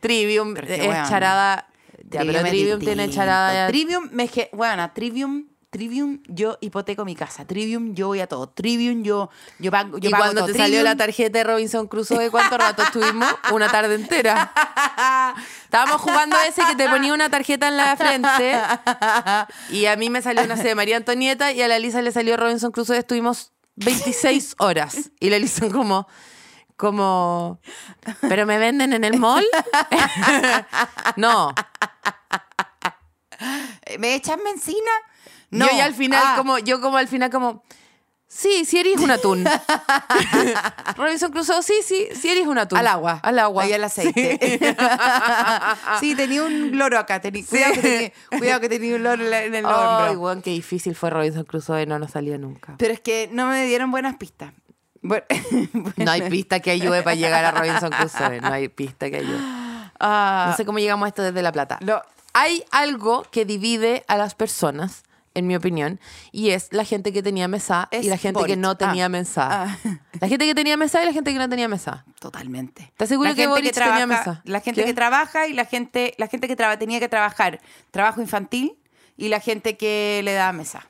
Speaker 3: Trivium
Speaker 2: Pero
Speaker 3: es
Speaker 2: qué weón.
Speaker 3: charada. Ya,
Speaker 2: Trivium
Speaker 3: pero
Speaker 2: es
Speaker 3: Trivium tiene
Speaker 2: distinto.
Speaker 3: charada.
Speaker 2: Trivium, me je- bueno, Trivium, Trivium, yo hipoteco mi casa. Trivium, yo voy a todo. Trivium, yo, yo pago, yo
Speaker 3: y
Speaker 2: pago
Speaker 3: cuando
Speaker 2: todo.
Speaker 3: te salió la
Speaker 2: Trivium,
Speaker 3: tarjeta de Robinson Crusoe, ¿de cuánto rato estuvimos? Una tarde
Speaker 2: (laughs)
Speaker 3: entera. Estábamos jugando a ese que te ponía una tarjeta en la frente y a mí me salió una C de María Antonieta y a la Lisa le salió Robinson Crusoe. Estuvimos 26 horas y la Lisa como... Como, ¿pero me venden en el mall? (laughs) no,
Speaker 2: ¿Me echan benzina?
Speaker 3: No. Yo y al final,
Speaker 2: Ah,
Speaker 3: como, yo como al final, como, sí, sí eres un (laughs) atún. Robinson Crusoe, sí, sí, sí eres un atún.
Speaker 2: Al agua.
Speaker 3: Al agua.
Speaker 2: Y al aceite. (laughs) Sí, tenía un loro acá. tení- cuidado, que tenía, cuidado que tenía un loro en la- en el
Speaker 3: Ay,
Speaker 2: hombro.
Speaker 3: weón, qué difícil fue Robinson Crusoe, no nos salía nunca.
Speaker 2: Pero es que no me dieron buenas pistas. (laughs) Bueno,
Speaker 3: No hay pista que ayude para llegar a Robinson Crusoe, no hay pista que ayude.
Speaker 2: ah,
Speaker 3: No sé cómo llegamos a esto desde La Plata.
Speaker 2: Lo-
Speaker 3: Hay algo que divide a las personas, en mi opinión, y es la gente que tenía mesa
Speaker 2: Es
Speaker 3: y la gente que
Speaker 2: Boric.
Speaker 3: no tenía
Speaker 2: Ah.
Speaker 3: mesa.
Speaker 2: Ah.
Speaker 3: La gente que tenía mesa y la gente que no tenía mesa.
Speaker 2: Totalmente.
Speaker 3: ¿Estás seguro
Speaker 2: La
Speaker 3: que
Speaker 2: gente
Speaker 3: Boric
Speaker 2: trabaja,
Speaker 3: tenía mesa?
Speaker 2: La gente
Speaker 3: ¿Qué?
Speaker 2: que trabaja y la gente, la gente que traba- tenía que trabajar trabajo infantil y la gente que le da mesa.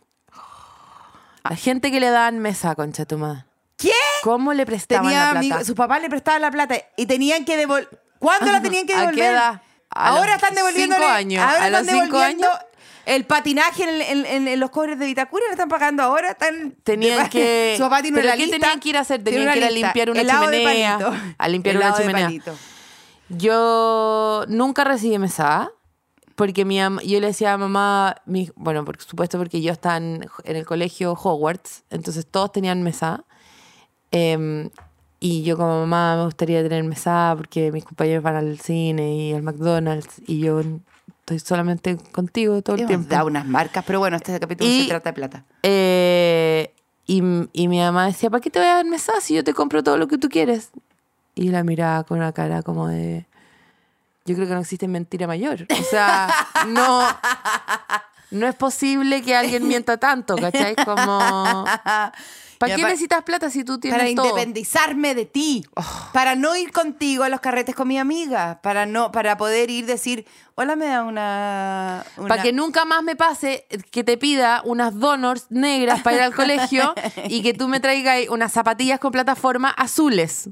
Speaker 3: La gente que le dan mesa, concha tu madre.
Speaker 2: ¿Qué?
Speaker 3: ¿Cómo le prestaban
Speaker 2: Tenía
Speaker 3: la plata?
Speaker 2: amigos, sus papás le prestaban la plata y tenían que devolver. ¿Cuándo la tenían que
Speaker 3: Ah, ¿A qué
Speaker 2: devolver?
Speaker 3: edad? A
Speaker 2: ahora
Speaker 3: los
Speaker 2: están devolviendo.
Speaker 3: cinco años.
Speaker 2: Ahora
Speaker 3: ¿A
Speaker 2: están
Speaker 3: los cinco
Speaker 2: devolviendo
Speaker 3: años?
Speaker 2: El patinaje en, en- en- en los cobres de Vitacura le están pagando ahora. Están
Speaker 3: Tenían que.
Speaker 2: (laughs) Su papá tiene
Speaker 3: ¿Pero
Speaker 2: una
Speaker 3: qué
Speaker 2: lista,
Speaker 3: tenían que ir a hacer?
Speaker 2: tiene
Speaker 3: Tenían que ir a
Speaker 2: lista.
Speaker 3: limpiar una
Speaker 2: Helado de
Speaker 3: chimenea.
Speaker 2: palito.
Speaker 3: A limpiar
Speaker 2: Helado
Speaker 3: una
Speaker 2: de
Speaker 3: chimenea.
Speaker 2: palito.
Speaker 3: Yo nunca recibí mesa porque mi am- yo le decía a mamá, mi- bueno, por supuesto porque yo estaba en, en el colegio Hogwarts, entonces todos tenían mesa. Em, y yo como mamá me gustaría tener mesa porque mis compañeros van al cine y al McDonald's y yo estoy solamente contigo todo el
Speaker 2: Hemos
Speaker 3: tiempo.
Speaker 2: dado unas marcas, pero bueno, este capítulo
Speaker 3: Y-
Speaker 2: se trata de plata.
Speaker 3: Eh, y, y mi mamá decía, ¿para qué te voy a dar mesa si yo te compro todo lo que tú quieres? Y la miraba con una cara como de, yo creo que no existe mentira mayor. O sea, no, no es posible que alguien mienta tanto, ¿cachai? Como, ¿para
Speaker 2: Ya,
Speaker 3: qué
Speaker 2: pa-
Speaker 3: necesitas plata si tú tienes
Speaker 2: Para
Speaker 3: todo? Oh.
Speaker 2: independizarme de ti. Para no ir contigo a los carretes con mi amiga. Para no, para poder ir decir, hola, me da una. una-
Speaker 3: Para que nunca más me pase que te pida unas donors negras para ir al
Speaker 2: (laughs)
Speaker 3: colegio y que tú me traigas unas zapatillas con plataforma azules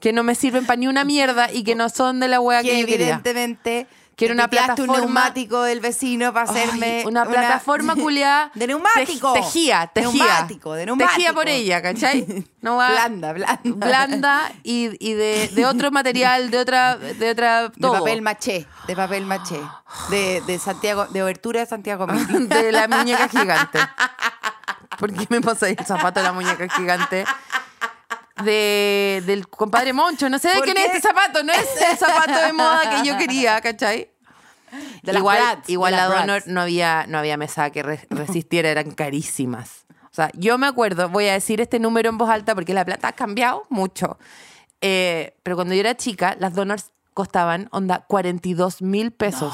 Speaker 3: que no me sirven para ni una mierda y que no son de la wea que,
Speaker 2: que
Speaker 3: yo quería.
Speaker 2: evidentemente.
Speaker 3: Quiero
Speaker 2: te
Speaker 3: una
Speaker 2: piteaste un
Speaker 3: plataforma-
Speaker 2: neumático del vecino para
Speaker 3: Ay,
Speaker 2: hacerme.
Speaker 3: una
Speaker 2: (laughs)
Speaker 3: plataforma culiada
Speaker 2: De neumático.
Speaker 3: tejía tejía
Speaker 2: Neumático, de neumático.
Speaker 3: tejía por ella ¿cachai? No va-
Speaker 2: (laughs) Blanda, blanda.
Speaker 3: blanda y, y de, de otro material de otra de otra
Speaker 2: De
Speaker 3: todo.
Speaker 2: papel maché. De papel maché. De, de Santiago. De obertura
Speaker 3: (laughs)
Speaker 2: de Santiago Mitre.
Speaker 3: de la muñeca gigante. ¿Por qué me pasa el zapato de la muñeca gigante? De, del compadre Moncho. No sé de
Speaker 2: ¿Por
Speaker 3: quién
Speaker 2: qué?
Speaker 3: es este zapato. No es el zapato de moda que yo quería, ¿cachai?
Speaker 2: De las
Speaker 3: igual
Speaker 2: Bratz,
Speaker 3: igual
Speaker 2: de
Speaker 3: la
Speaker 2: las
Speaker 3: Donor
Speaker 2: Bratz.
Speaker 3: no había, no había mesa que
Speaker 2: (laughs)
Speaker 3: re- resistiera, eran carísimas. O sea, yo me acuerdo, voy a decir este número en voz alta porque la plata ha cambiado mucho. Eh, pero cuando yo era chica, las Donors costaban, onda, 42 mil pesos.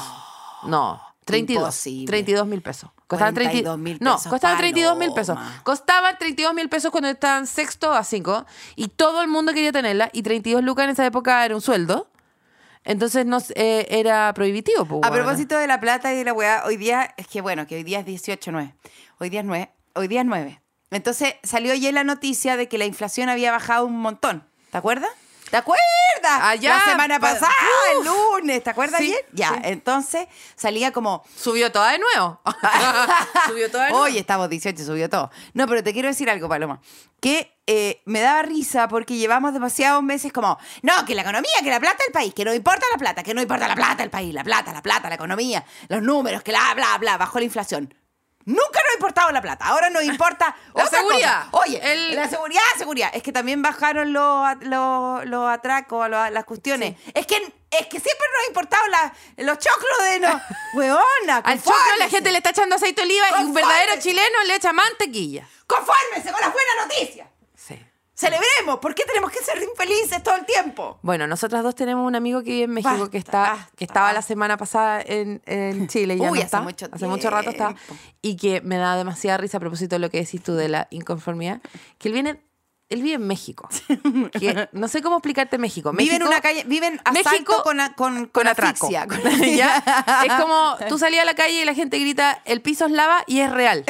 Speaker 3: No, 32.
Speaker 2: Imposible.
Speaker 3: 32 mil pesos. Costaban 32
Speaker 2: 42.000
Speaker 3: No,
Speaker 2: pesos,
Speaker 3: costaban 32 mil pesos.
Speaker 2: paloma.
Speaker 3: Costaban 32 mil pesos cuando estaban sexto a cinco y todo el mundo quería tenerla y 32 lucas en esa época era un sueldo. Entonces no, eh, era prohibitivo. pues,
Speaker 2: A
Speaker 3: huevona.
Speaker 2: propósito de la plata y de la weá, hoy día, es que bueno, que hoy día es 18, no es. Hoy día es 9. Hoy día es 9. Entonces salió ayer la noticia de que la inflación había bajado un montón. ¿Te acuerdas? ¿Te acuerdas?
Speaker 3: Allá,
Speaker 2: la semana
Speaker 3: Ah, pa-
Speaker 2: pasada, el lunes, ¿te acuerdas
Speaker 3: Sí,
Speaker 2: ayer? Ya, entonces salía como,
Speaker 3: Subió toda de
Speaker 2: (laughs)
Speaker 3: nuevo. Subió toda de nuevo.
Speaker 2: Hoy estamos 18, subió todo. No, pero te quiero decir algo, Paloma. Que eh, me daba risa porque llevamos demasiados meses como, no, que la economía, que la plata del país, que no importa la plata, que no importa la plata del país, la plata, la plata, la economía, los números, que la, bla, bla, bajó la inflación. Nunca nos ha importado la plata,
Speaker 3: (laughs)
Speaker 2: ahora nos importa
Speaker 3: La
Speaker 2: otra
Speaker 3: seguridad.
Speaker 2: cosa. Oye,
Speaker 3: El-
Speaker 2: la seguridad, seguridad. Es que también bajaron los at- los- los atracos, los- las cuestiones. Es que es que siempre nos ha importado la- los choclos de
Speaker 3: (laughs)
Speaker 2: los...
Speaker 3: Al
Speaker 2: ¡Hueona!
Speaker 3: choclo la
Speaker 2: confórmense.
Speaker 3: gente le está echando aceite de oliva y un
Speaker 2: Confórmense.
Speaker 3: verdadero chileno le echa mantequilla.
Speaker 2: ¡Confórmense con las buenas noticias!
Speaker 3: Sí.
Speaker 2: ¡Celebremos! ¿Por qué tenemos que ser infelices todo el tiempo?
Speaker 3: Bueno, nosotras dos tenemos un amigo que vive en México
Speaker 2: Basta,
Speaker 3: que está
Speaker 2: basta,
Speaker 3: que estaba la
Speaker 2: basta.
Speaker 3: semana pasada en,
Speaker 2: (laughs)
Speaker 3: en Chile. y Ya
Speaker 2: Uy,
Speaker 3: no
Speaker 2: hace
Speaker 3: está.
Speaker 2: mucho
Speaker 3: Hace mucho rato está.
Speaker 2: tiempo.
Speaker 3: Y que me da demasiada risa a propósito de lo que decís tú de la inconformidad. Que él viene él vive en
Speaker 2: (laughs)
Speaker 3: México. Que no sé cómo explicarte México.
Speaker 2: Viven en
Speaker 3: México-
Speaker 2: una calle, viven asalto
Speaker 3: México-
Speaker 2: con, a- con, con,
Speaker 3: con atraco. (laughs)
Speaker 2: asfixia. (laughs) con-
Speaker 3: ¿Ya? Es como tú salías a la calle y la gente grita, el piso es lava y es (laughs) real.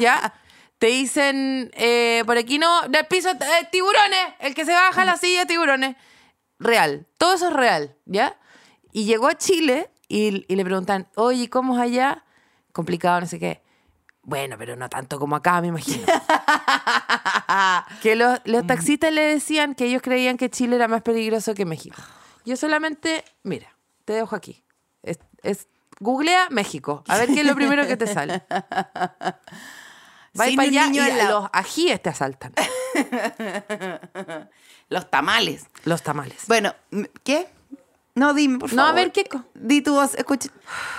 Speaker 3: ¿Ya? Te dicen, eh, por aquí no, del piso, eh, tiburones, el que se baja la silla, tiburones. Real, todo eso es real, ¿ya? Y llegó a Chile y, y le preguntan, oye, ¿cómo es allá? Complicado, no sé qué. Bueno, pero no tanto como acá, me imagino. que los,
Speaker 2: Mm.
Speaker 3: los taxistas le decían que ellos creían que Chile era más peligroso que México. Yo solamente, mira, te dejo aquí. Es, es- googlea México, a ver qué es lo primero que te
Speaker 2: (laughs)
Speaker 3: sale. Vais
Speaker 2: Sin
Speaker 3: para
Speaker 2: un
Speaker 3: allá y
Speaker 2: niño al lado.
Speaker 3: los ajíes te asaltan,
Speaker 2: Los tamales.
Speaker 3: los tamales.
Speaker 2: Bueno, m- ¿qué? No, dime, por
Speaker 3: No,
Speaker 2: favor.
Speaker 3: a ver, Keko.
Speaker 2: Di tu voz, escucha.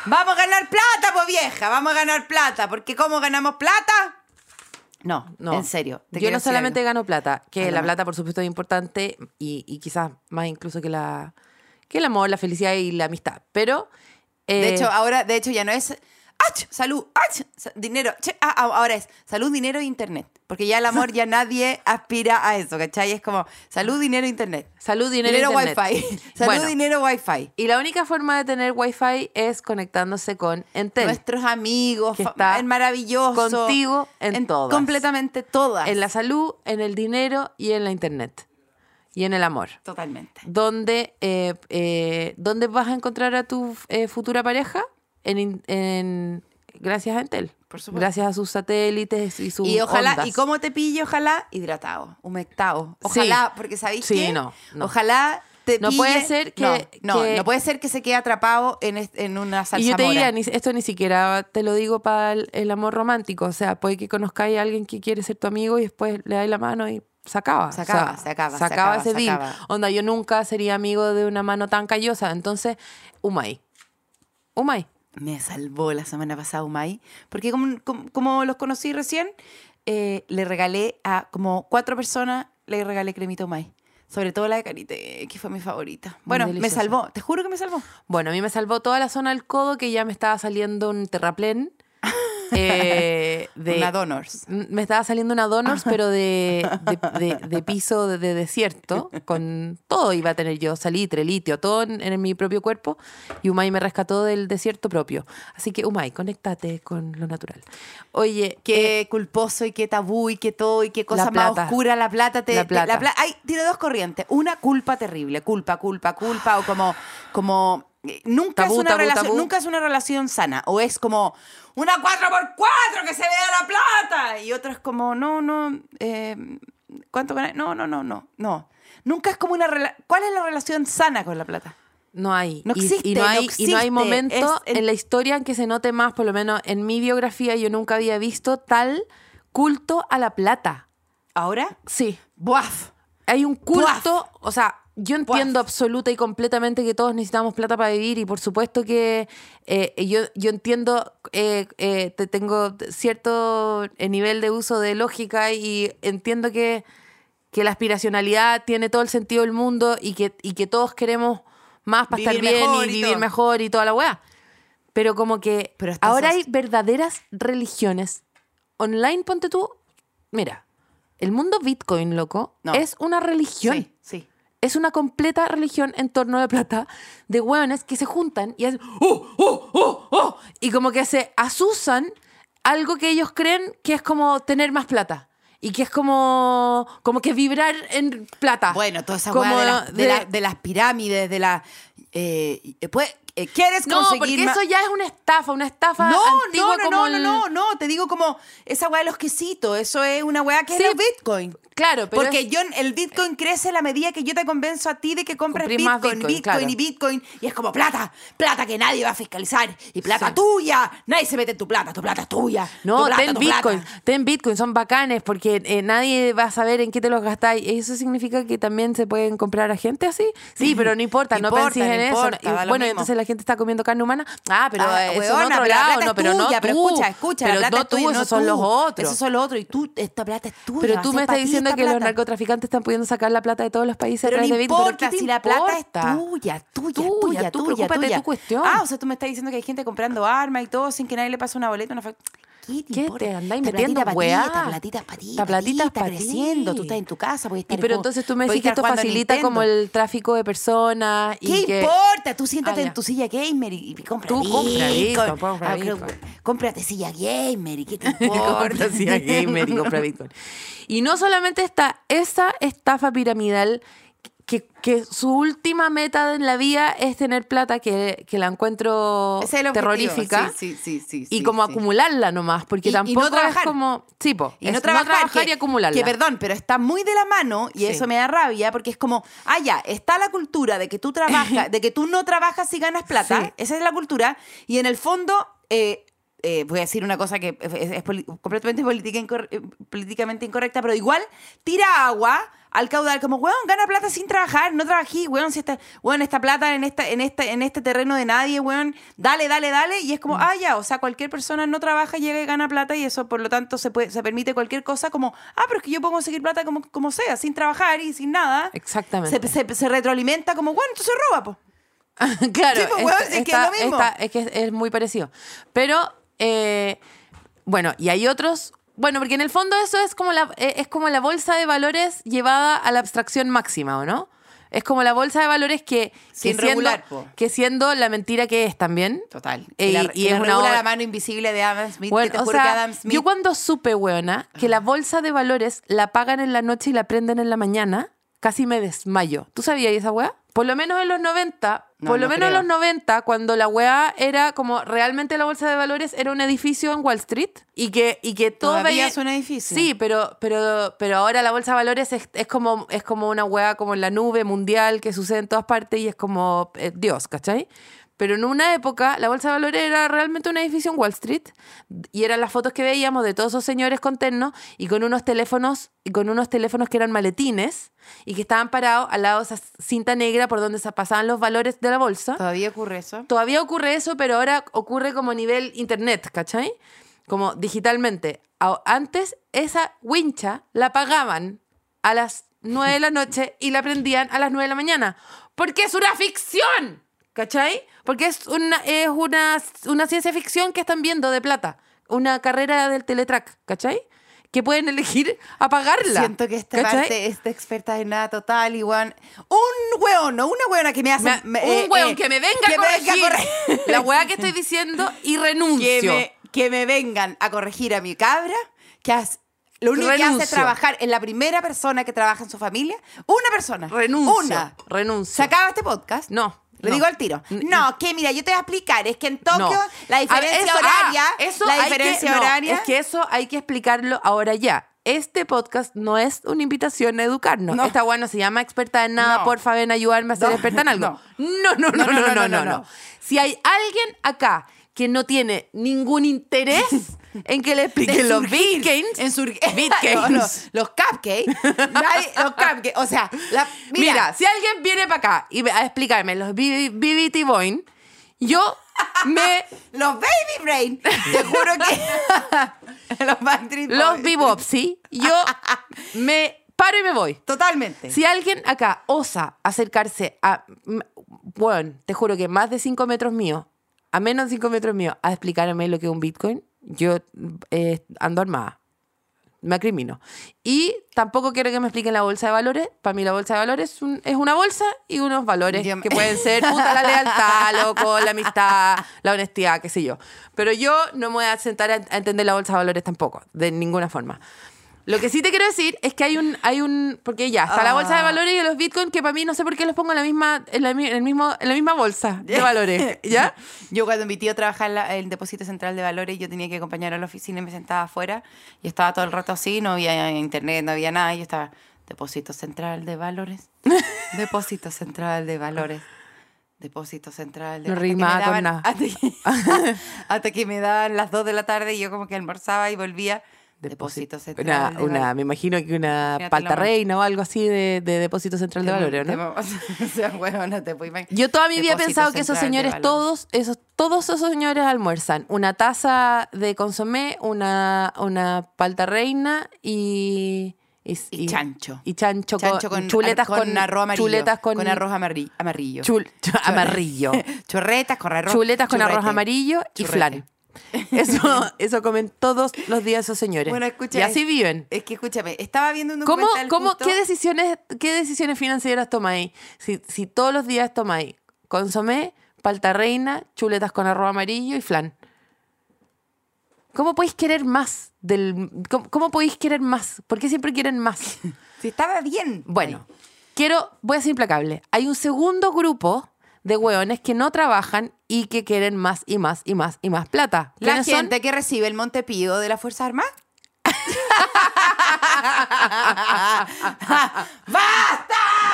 Speaker 2: Vamos a ganar plata, pues vieja, vamos a ganar plata, porque ¿cómo ganamos plata? No,
Speaker 3: No.
Speaker 2: en serio. te
Speaker 3: Yo
Speaker 2: quiero
Speaker 3: no
Speaker 2: decir
Speaker 3: solamente
Speaker 2: algo.
Speaker 3: gano plata, que
Speaker 2: Algo
Speaker 3: la
Speaker 2: más.
Speaker 3: plata por supuesto es importante y, y quizás más incluso que la que el amor, la felicidad y la amistad, pero eh,
Speaker 2: De hecho, ahora, de hecho, ya no es. ¡Ach! Salud, ¡ach! sa- Dinero. che, ah, ah, ahora es salud, dinero e internet. Porque ya el amor, ya nadie
Speaker 3: (laughs)
Speaker 2: aspira a eso, ¿cachai? Es como salud, dinero, internet.
Speaker 3: salud, dinero,
Speaker 2: Dinero,
Speaker 3: internet.
Speaker 2: wifi. (laughs) Salud,
Speaker 3: Bueno,
Speaker 2: dinero, wifi.
Speaker 3: Y la única forma de tener wifi es conectándose con Entel.
Speaker 2: Nuestros amigos,
Speaker 3: Que
Speaker 2: fa-
Speaker 3: está
Speaker 2: el maravilloso.
Speaker 3: contigo en todas.
Speaker 2: Completamente todas.
Speaker 3: En la salud, en el dinero y en la internet. Y en el amor.
Speaker 2: Totalmente.
Speaker 3: ¿Dónde, eh, eh, ¿dónde vas a encontrar a tu eh, futura pareja? En, in- en- gracias a Entel.
Speaker 2: Por supuesto.
Speaker 3: Gracias a sus satélites y sus
Speaker 2: Y ojalá,
Speaker 3: ondas.
Speaker 2: y cómo te pille, ojalá hidratado, humectado. Ojalá, porque sabéis
Speaker 3: Sí,
Speaker 2: qué?
Speaker 3: no, no.
Speaker 2: Ojalá te
Speaker 3: No
Speaker 2: pille-
Speaker 3: puede ser que-
Speaker 2: No, no,
Speaker 3: que-
Speaker 2: no puede ser que se quede atrapado en, est- en una salsa
Speaker 3: Y yo te diría, ni- esto ni siquiera te lo digo para el, el amor romántico. O sea, puede que conozcáis a alguien que quiere ser tu amigo y después le dais la mano y se acaba.
Speaker 2: Se
Speaker 3: O sea,
Speaker 2: acaba, se acaba,
Speaker 3: Se
Speaker 2: se
Speaker 3: acaba
Speaker 2: acaba,
Speaker 3: ese
Speaker 2: se
Speaker 3: deal.
Speaker 2: acaba.
Speaker 3: Onda, yo nunca sería amigo de una mano tan callosa. Entonces, Umay. Umay.
Speaker 2: me salvó la semana pasada Umay, porque como, como, como los conocí recién, eh, le regalé a como cuatro personas, le regalé cremita Umay. Sobre todo la de Carité, que fue mi favorita. Bueno, me
Speaker 3: deliciosa.
Speaker 2: salvó, te juro que me salvó.
Speaker 3: Bueno, a mí me salvó toda la zona del codo que ya me estaba saliendo un
Speaker 2: (laughs)
Speaker 3: terraplén. eh, de,
Speaker 2: Una Donors.
Speaker 3: M- Me estaba saliendo una Donors, pero de, de- de-
Speaker 2: (laughs)
Speaker 3: de piso de, de desierto, con todo iba a tener yo, salitre, litio, todo en, en mi propio cuerpo, y Umay me rescató del desierto propio. Así que Umay, conéctate con lo natural. Oye, eh,
Speaker 2: Qué culposo y qué tabú y qué todo y qué cosa más
Speaker 3: plata.
Speaker 2: oscura la plata te
Speaker 3: La
Speaker 2: te-
Speaker 3: plata.
Speaker 2: pla- hay tiene dos corrientes una culpa terrible culpa culpa culpa o como como eh, nunca
Speaker 3: Tabú,
Speaker 2: es una
Speaker 3: tabú,
Speaker 2: relación
Speaker 3: tabú.
Speaker 2: nunca es una relación sana o es como una 4x4 que se vea la plata y otro es como no no eh, cuánto ganas? no no no no no nunca es como una rela- cuál es la relación sana con la plata
Speaker 3: no hay.
Speaker 2: no
Speaker 3: y- y,
Speaker 2: existe,
Speaker 3: no
Speaker 2: no
Speaker 3: hay, y no hay
Speaker 2: existe,
Speaker 3: momento
Speaker 2: es el-
Speaker 3: en la historia en que se note más, por lo menos en mi biografía, yo nunca había visto tal culto a la plata.
Speaker 2: ahora
Speaker 3: Sí.
Speaker 2: buaf
Speaker 3: Hay un culto, o sea, yo
Speaker 2: Puaf.
Speaker 3: entiendo absoluta y completamente que todos necesitamos plata para vivir y por supuesto que eh, yo, yo entiendo, eh, eh, te tengo cierto eh, nivel de uso de lógica y entiendo que, que la aspiracionalidad tiene todo el sentido del mundo y que, y que todos queremos más para estar
Speaker 2: Vivir
Speaker 3: bien
Speaker 2: mejor
Speaker 3: y,
Speaker 2: y
Speaker 3: vivir
Speaker 2: todo.
Speaker 3: mejor y toda la weá. Pero como que
Speaker 2: Pero estás
Speaker 3: ahora
Speaker 2: as-
Speaker 3: hay verdaderas religiones. Online, ponte tú, mira, el mundo Bitcoin, loco,
Speaker 2: No.
Speaker 3: es una religión.
Speaker 2: sí sí
Speaker 3: Es una completa religión en torno a la plata de hueones que se juntan y hacen ¡Oh, oh, oh, oh! y como que se asusan algo que ellos creen que es como tener más plata y que es como como que vibrar en plata.
Speaker 2: Bueno, toda esa
Speaker 3: Ah, Como
Speaker 2: weá de, las- de
Speaker 3: de-
Speaker 2: la- de las pirámides, de la. eh, pues, eh, ¿Quieres
Speaker 3: No,
Speaker 2: conseguir
Speaker 3: porque
Speaker 2: más?
Speaker 3: eso ya es una estafa, una estafa
Speaker 2: no,
Speaker 3: antigua
Speaker 2: no, no,
Speaker 3: como
Speaker 2: no,
Speaker 3: el-
Speaker 2: no, no, no, te digo como esa weá de los quesitos, eso es una weá que
Speaker 3: Sí,
Speaker 2: es los Bitcoin.
Speaker 3: Claro, pero
Speaker 2: Porque
Speaker 3: es-
Speaker 2: yo, el Bitcoin crece a la medida que yo te convenzo a ti de que compras
Speaker 3: Compré
Speaker 2: Bitcoin,
Speaker 3: más
Speaker 2: Bitcoin,
Speaker 3: Bitcoin, claro.
Speaker 2: y Bitcoin, y es como plata, plata que nadie va a fiscalizar, y plata
Speaker 3: Sí.
Speaker 2: tuya, nadie se mete en tu plata, tu plata es tuya.
Speaker 3: No,
Speaker 2: tu plata,
Speaker 3: ten
Speaker 2: tu
Speaker 3: Bitcoin,
Speaker 2: plata.
Speaker 3: ten Bitcoin, son bacanes porque eh, nadie va a saber en qué te los gastáis. ¿Eso significa que también se pueden comprar a gente así? Sí, pero no importa, no,
Speaker 2: Importa,
Speaker 3: penséis
Speaker 2: no
Speaker 3: en eso.
Speaker 2: importa,
Speaker 3: Y
Speaker 2: da lo
Speaker 3: bueno,
Speaker 2: mismo.
Speaker 3: entonces la gente está comiendo carne humana. Ah, pero
Speaker 2: Ah,
Speaker 3: eh, eso
Speaker 2: huevona,
Speaker 3: en otro
Speaker 2: pero la
Speaker 3: lado.
Speaker 2: plata
Speaker 3: No,
Speaker 2: es
Speaker 3: pero no
Speaker 2: tuya, pero
Speaker 3: tú.
Speaker 2: escucha, escucha,
Speaker 3: Pero
Speaker 2: la plata
Speaker 3: no
Speaker 2: es
Speaker 3: tú,
Speaker 2: tuya,
Speaker 3: esos
Speaker 2: no
Speaker 3: son los
Speaker 2: tú.
Speaker 3: otros.
Speaker 2: Esos son los otros, y tú, esta plata es tuya.
Speaker 3: pero tú
Speaker 2: es
Speaker 3: me estás
Speaker 2: para ti
Speaker 3: diciendo
Speaker 2: esta
Speaker 3: que los
Speaker 2: plata.
Speaker 3: narcotraficantes están pudiendo sacar la plata de todos los países
Speaker 2: Pero
Speaker 3: a
Speaker 2: no
Speaker 3: través de Bitcoin.
Speaker 2: importa
Speaker 3: ¿Pero qué te
Speaker 2: si la plata
Speaker 3: importa?
Speaker 2: es tuya,
Speaker 3: Tuya,
Speaker 2: tuya, tuya,
Speaker 3: tú
Speaker 2: tuya,
Speaker 3: preocúpate de
Speaker 2: tuya.
Speaker 3: tu cuestión.
Speaker 2: Ah, o sea, tú me estás diciendo que hay gente comprando armas y todo sin que nadie le pase una boleta, una fac- ¿Qué te
Speaker 3: ¿Qué
Speaker 2: importa?
Speaker 3: te andáis
Speaker 2: Esta
Speaker 3: metiendo,
Speaker 2: platita pa' ti,
Speaker 3: weá?
Speaker 2: Esta platita para ti.
Speaker 3: Esta
Speaker 2: pa' ti,
Speaker 3: platita
Speaker 2: está
Speaker 3: pa' ti.
Speaker 2: creciendo. Tú estás en tu casa, podés
Speaker 3: Y
Speaker 2: estar
Speaker 3: pero
Speaker 2: jugando-
Speaker 3: entonces tú me
Speaker 2: podés
Speaker 3: decís que
Speaker 2: estar
Speaker 3: esto
Speaker 2: jugando a
Speaker 3: facilita como
Speaker 2: Nintendo.
Speaker 3: el tráfico de personas y
Speaker 2: ¿Qué
Speaker 3: que-
Speaker 2: importa? Tú siéntate
Speaker 3: Ah,
Speaker 2: en
Speaker 3: ya.
Speaker 2: tu silla gamer y, y compra
Speaker 3: Tú compra
Speaker 2: Bitcoin.
Speaker 3: Bitcoin, compra
Speaker 2: Ah, pero
Speaker 3: Bitcoin.
Speaker 2: Cómprate silla gamer y
Speaker 3: (laughs)
Speaker 2: qué te
Speaker 3: Y compra
Speaker 2: importa.
Speaker 3: CIA gamer y compra Bitcoin. Y no solamente está esa estafa piramidal que, que su última meta en la vida es tener plata que, que la encuentro
Speaker 2: Ese (laughs) es el objetivo.
Speaker 3: terrorífica.
Speaker 2: Sí, sí, sí, sí,
Speaker 3: Y
Speaker 2: sí,
Speaker 3: como
Speaker 2: sí.
Speaker 3: acumularla nomás, porque
Speaker 2: Y- y no
Speaker 3: tampoco es
Speaker 2: trabajar.
Speaker 3: como. Sí, po,
Speaker 2: Y
Speaker 3: es
Speaker 2: no trabajar,
Speaker 3: y
Speaker 2: que-
Speaker 3: acumularla.
Speaker 2: Que perdón, pero está muy de la mano y
Speaker 3: Sí.
Speaker 2: eso me da rabia porque es como, ah, ya, está la cultura de que tú
Speaker 3: (coughs)
Speaker 2: trabajas, de que tú no trabajas y ganas plata.
Speaker 3: Sí.
Speaker 2: Esa es la cultura. Y en el fondo, eh, eh, voy a decir una cosa que es, es poli- completamente política incor- eh, políticamente incorrecta, pero igual tira agua al caudal como, weón, gana plata sin trabajar, no trabají, weón, si esta, weón, esta plata en, esta, en, este, en este terreno de nadie, weón, dale, dale, dale, y es como, ah, ya, o sea, cualquier persona no trabaja, llega y gana plata y eso, por lo tanto, se, puede, se permite cualquier cosa como, ah, pero es que yo puedo conseguir plata como, como sea, sin trabajar y sin nada.
Speaker 3: Exactamente.
Speaker 2: Se, se, se retroalimenta como, bueno, entonces roba, po.
Speaker 3: (laughs) claro,
Speaker 2: Sí, pues, weón, si es que es lo mismo.
Speaker 3: es que es, es muy parecido. Pero, eh, bueno, y hay otros. Bueno, porque en el fondo eso es como la, eh, es como la bolsa de valores llevada a la abstracción máxima, ¿o no? Es como la bolsa de valores que, que,
Speaker 2: Sin
Speaker 3: siendo,
Speaker 2: regular, po.
Speaker 3: que siendo la mentira que es también.
Speaker 2: Total.
Speaker 3: Y,
Speaker 2: Y, la,
Speaker 3: y
Speaker 2: y
Speaker 3: es
Speaker 2: la
Speaker 3: una
Speaker 2: regula
Speaker 3: obra-
Speaker 2: la mano invisible de Adam Smith.
Speaker 3: Bueno,
Speaker 2: que te
Speaker 3: o
Speaker 2: juro
Speaker 3: sea,
Speaker 2: que Adam Smith.
Speaker 3: yo cuando supe, weona, que la bolsa de valores la pagan en la noche y la prenden en la mañana, casi me desmayo. ¿Tú sabías esa weá? Por lo menos en los 90,
Speaker 2: No,
Speaker 3: por lo
Speaker 2: no
Speaker 3: menos en
Speaker 2: creo.
Speaker 3: los 90, cuando la weá era como realmente la bolsa de valores era un edificio en Wall Street y que, y que todo
Speaker 2: Todavía
Speaker 3: veía-
Speaker 2: es un edificio.
Speaker 3: Sí, pero, pero, pero ahora la bolsa de valores es, es como, es como una hueá como en la nube mundial que sucede en todas partes y es como eh, Dios, ¿cachai? Pero en una época la bolsa de valores era realmente un edificio en Wall Street y eran las fotos que veíamos de todos esos señores con terno y con unos teléfonos y con unos teléfonos que eran maletines y que estaban parados al lado de esa cinta negra por donde se pasaban los valores de la bolsa.
Speaker 2: Todavía ocurre eso.
Speaker 3: Todavía ocurre eso, pero ahora ocurre como a nivel internet, ¿cachai? Como digitalmente. A- Antes esa wincha la pagaban a las 9 de la noche y la prendían a las 9 de la mañana. Porque es una ficción, ¿cachai? Porque es una, es una, una ciencia ficción que están viendo de plata. Una carrera del teletrack, ¿cachai? Que pueden elegir apagarla.
Speaker 2: Siento que esta
Speaker 3: ¿cachai?
Speaker 2: parte, esta experta de nada total, igual. Un hueón, no una hueona que me hace.
Speaker 3: Me-
Speaker 2: me- eh,
Speaker 3: un weón
Speaker 2: eh,
Speaker 3: que me venga
Speaker 2: que
Speaker 3: a corregir
Speaker 2: venga a corregir.
Speaker 3: la weá
Speaker 2: (laughs)
Speaker 3: que estoy diciendo y renuncio.
Speaker 2: que, me, que me vengan a corregir a mi cabra, que hace- lo único que hace
Speaker 3: Renuncio.
Speaker 2: es trabajar en la primera persona que trabaja en su familia. Una persona.
Speaker 3: Renuncio.
Speaker 2: Una.
Speaker 3: Renuncio.
Speaker 2: ¿Se acaba este podcast?
Speaker 3: No,
Speaker 2: Le
Speaker 3: no.
Speaker 2: digo al tiro.
Speaker 3: N-
Speaker 2: No, que mira, yo te voy a explicar. Es que en Tokio
Speaker 3: No.
Speaker 2: la
Speaker 3: A
Speaker 2: diferencia
Speaker 3: ver, eso-
Speaker 2: horaria.
Speaker 3: ah, eso hay
Speaker 2: la
Speaker 3: que-
Speaker 2: diferencia
Speaker 3: no,
Speaker 2: horaria.
Speaker 3: es que eso hay que explicarlo ahora ya. Este podcast no es una invitación a educarnos.
Speaker 2: No.
Speaker 3: Esta buena se llama experta en nada.
Speaker 2: No.
Speaker 3: Porfa, ven a ayudarme a ser
Speaker 2: (laughs) No.
Speaker 3: experta en algo. No. No, no, no, no, no, no, no,
Speaker 2: no.
Speaker 3: Si hay alguien acá que no tiene ningún
Speaker 2: (laughs)
Speaker 3: interés en que le expliquen los
Speaker 2: surgir,
Speaker 3: bitcoins,
Speaker 2: (laughs) en surgir-
Speaker 3: bitcoins.
Speaker 2: No, no, los cupcakes. nadie- los cupcakes. O sea, la-
Speaker 3: Mira,
Speaker 2: mira,
Speaker 3: si alguien viene para acá y ve- a explicarme los B- BBT Boing, yo me.
Speaker 2: los Baby Brain. Te juro
Speaker 3: (laughs)
Speaker 2: que. (laughs) los Backstreet
Speaker 3: los
Speaker 2: Boys.
Speaker 3: Bebopsy, yo me paro y me voy.
Speaker 2: Totalmente.
Speaker 3: Si alguien acá osa acercarse a. m- Bueno, te juro que más de 5 metros mío, a menos de 5 metros mío, a explicarme lo que es un Bitcoin, yo eh, ando armada. Me acrimino. Y tampoco quiero que me expliquen la bolsa de valores. Para mí la bolsa de valores es, un- es una bolsa y unos valores
Speaker 2: Yo-
Speaker 3: que pueden ser puta, la lealtad, loco, la amistad, la honestidad, qué sé yo. Pero yo no me voy a sentar a, a entender la bolsa de valores tampoco, de ninguna forma. Lo que sí te quiero decir es que hay un, hay un, porque ya, está la
Speaker 2: Ah.
Speaker 3: bolsa de valores y los bitcoins que para mí no sé por qué los pongo en la misma, en la, mi- en el mismo, en la misma bolsa
Speaker 2: (laughs)
Speaker 3: de valores, ¿ya?
Speaker 2: Yo cuando mi tío trabajaba en, la- en el depósito central de valores, yo tenía que acompañar a la oficina y me sentaba afuera. Y estaba todo el rato así, no había internet, no había nada. Y yo estaba, depósito central de valores, (laughs) depósito central de valores, depósito central de
Speaker 3: No
Speaker 2: hasta que me
Speaker 3: rimaba con
Speaker 2: daban-
Speaker 3: nada.
Speaker 2: Hasta que, (laughs) hasta que me daban las 2 de la tarde y yo como que almorzaba y volvía. Depósito
Speaker 3: Una,
Speaker 2: central. de
Speaker 3: una,
Speaker 2: valores.
Speaker 3: me imagino que una
Speaker 2: Fíjate
Speaker 3: palta
Speaker 2: la-
Speaker 3: reina o algo así de, de depósito central de valores, ¿no?
Speaker 2: (laughs) o sea, bueno, no te puedo imaginar.
Speaker 3: Yo toda mi vida he
Speaker 2: Depósito
Speaker 3: pensado que esos
Speaker 2: central de
Speaker 3: señores, todos
Speaker 2: valores.
Speaker 3: esos, todos esos señores almuerzan una taza de consomé, una, una palta reina y... Y,
Speaker 2: Y chancho.
Speaker 3: Y chancho,
Speaker 2: Chancho
Speaker 3: con,
Speaker 2: con,
Speaker 3: chuletas
Speaker 2: ar-
Speaker 3: con,
Speaker 2: arroz amarillo.
Speaker 3: Chuletas con,
Speaker 2: arroz amarri- amarillo.
Speaker 3: chul- (laughs) amarillo.
Speaker 2: Chorretas con arroz.
Speaker 3: chuletas con arroz
Speaker 2: churrete.
Speaker 3: amarillo y
Speaker 2: Churrete.
Speaker 3: flan.
Speaker 2: (laughs)
Speaker 3: Eso, eso comen todos los días esos señores.
Speaker 2: Bueno, escucha,
Speaker 3: y así
Speaker 2: es-
Speaker 3: viven.
Speaker 2: Es que escúchame, estaba viendo un
Speaker 3: ¿Cómo,
Speaker 2: documental
Speaker 3: cómo,
Speaker 2: justo-
Speaker 3: ¿qué, decisiones, ¿Qué decisiones financieras tomáis? Si, si todos los días tomáis consomé, palta reina, chuletas con arroz amarillo y flan. ¿Cómo podéis querer más? Del, cómo, cómo podéis querer más? ¿Por qué siempre quieren más?
Speaker 2: (laughs) Si estaba bien.
Speaker 3: Bueno, quiero, voy a ser implacable. Hay un segundo grupo de hueones que no trabajan y que quieren más y más y más y más plata.
Speaker 2: La
Speaker 3: ¿Quiénes son?
Speaker 2: gente que recibe el Montepío de las Fuerzas Armadas.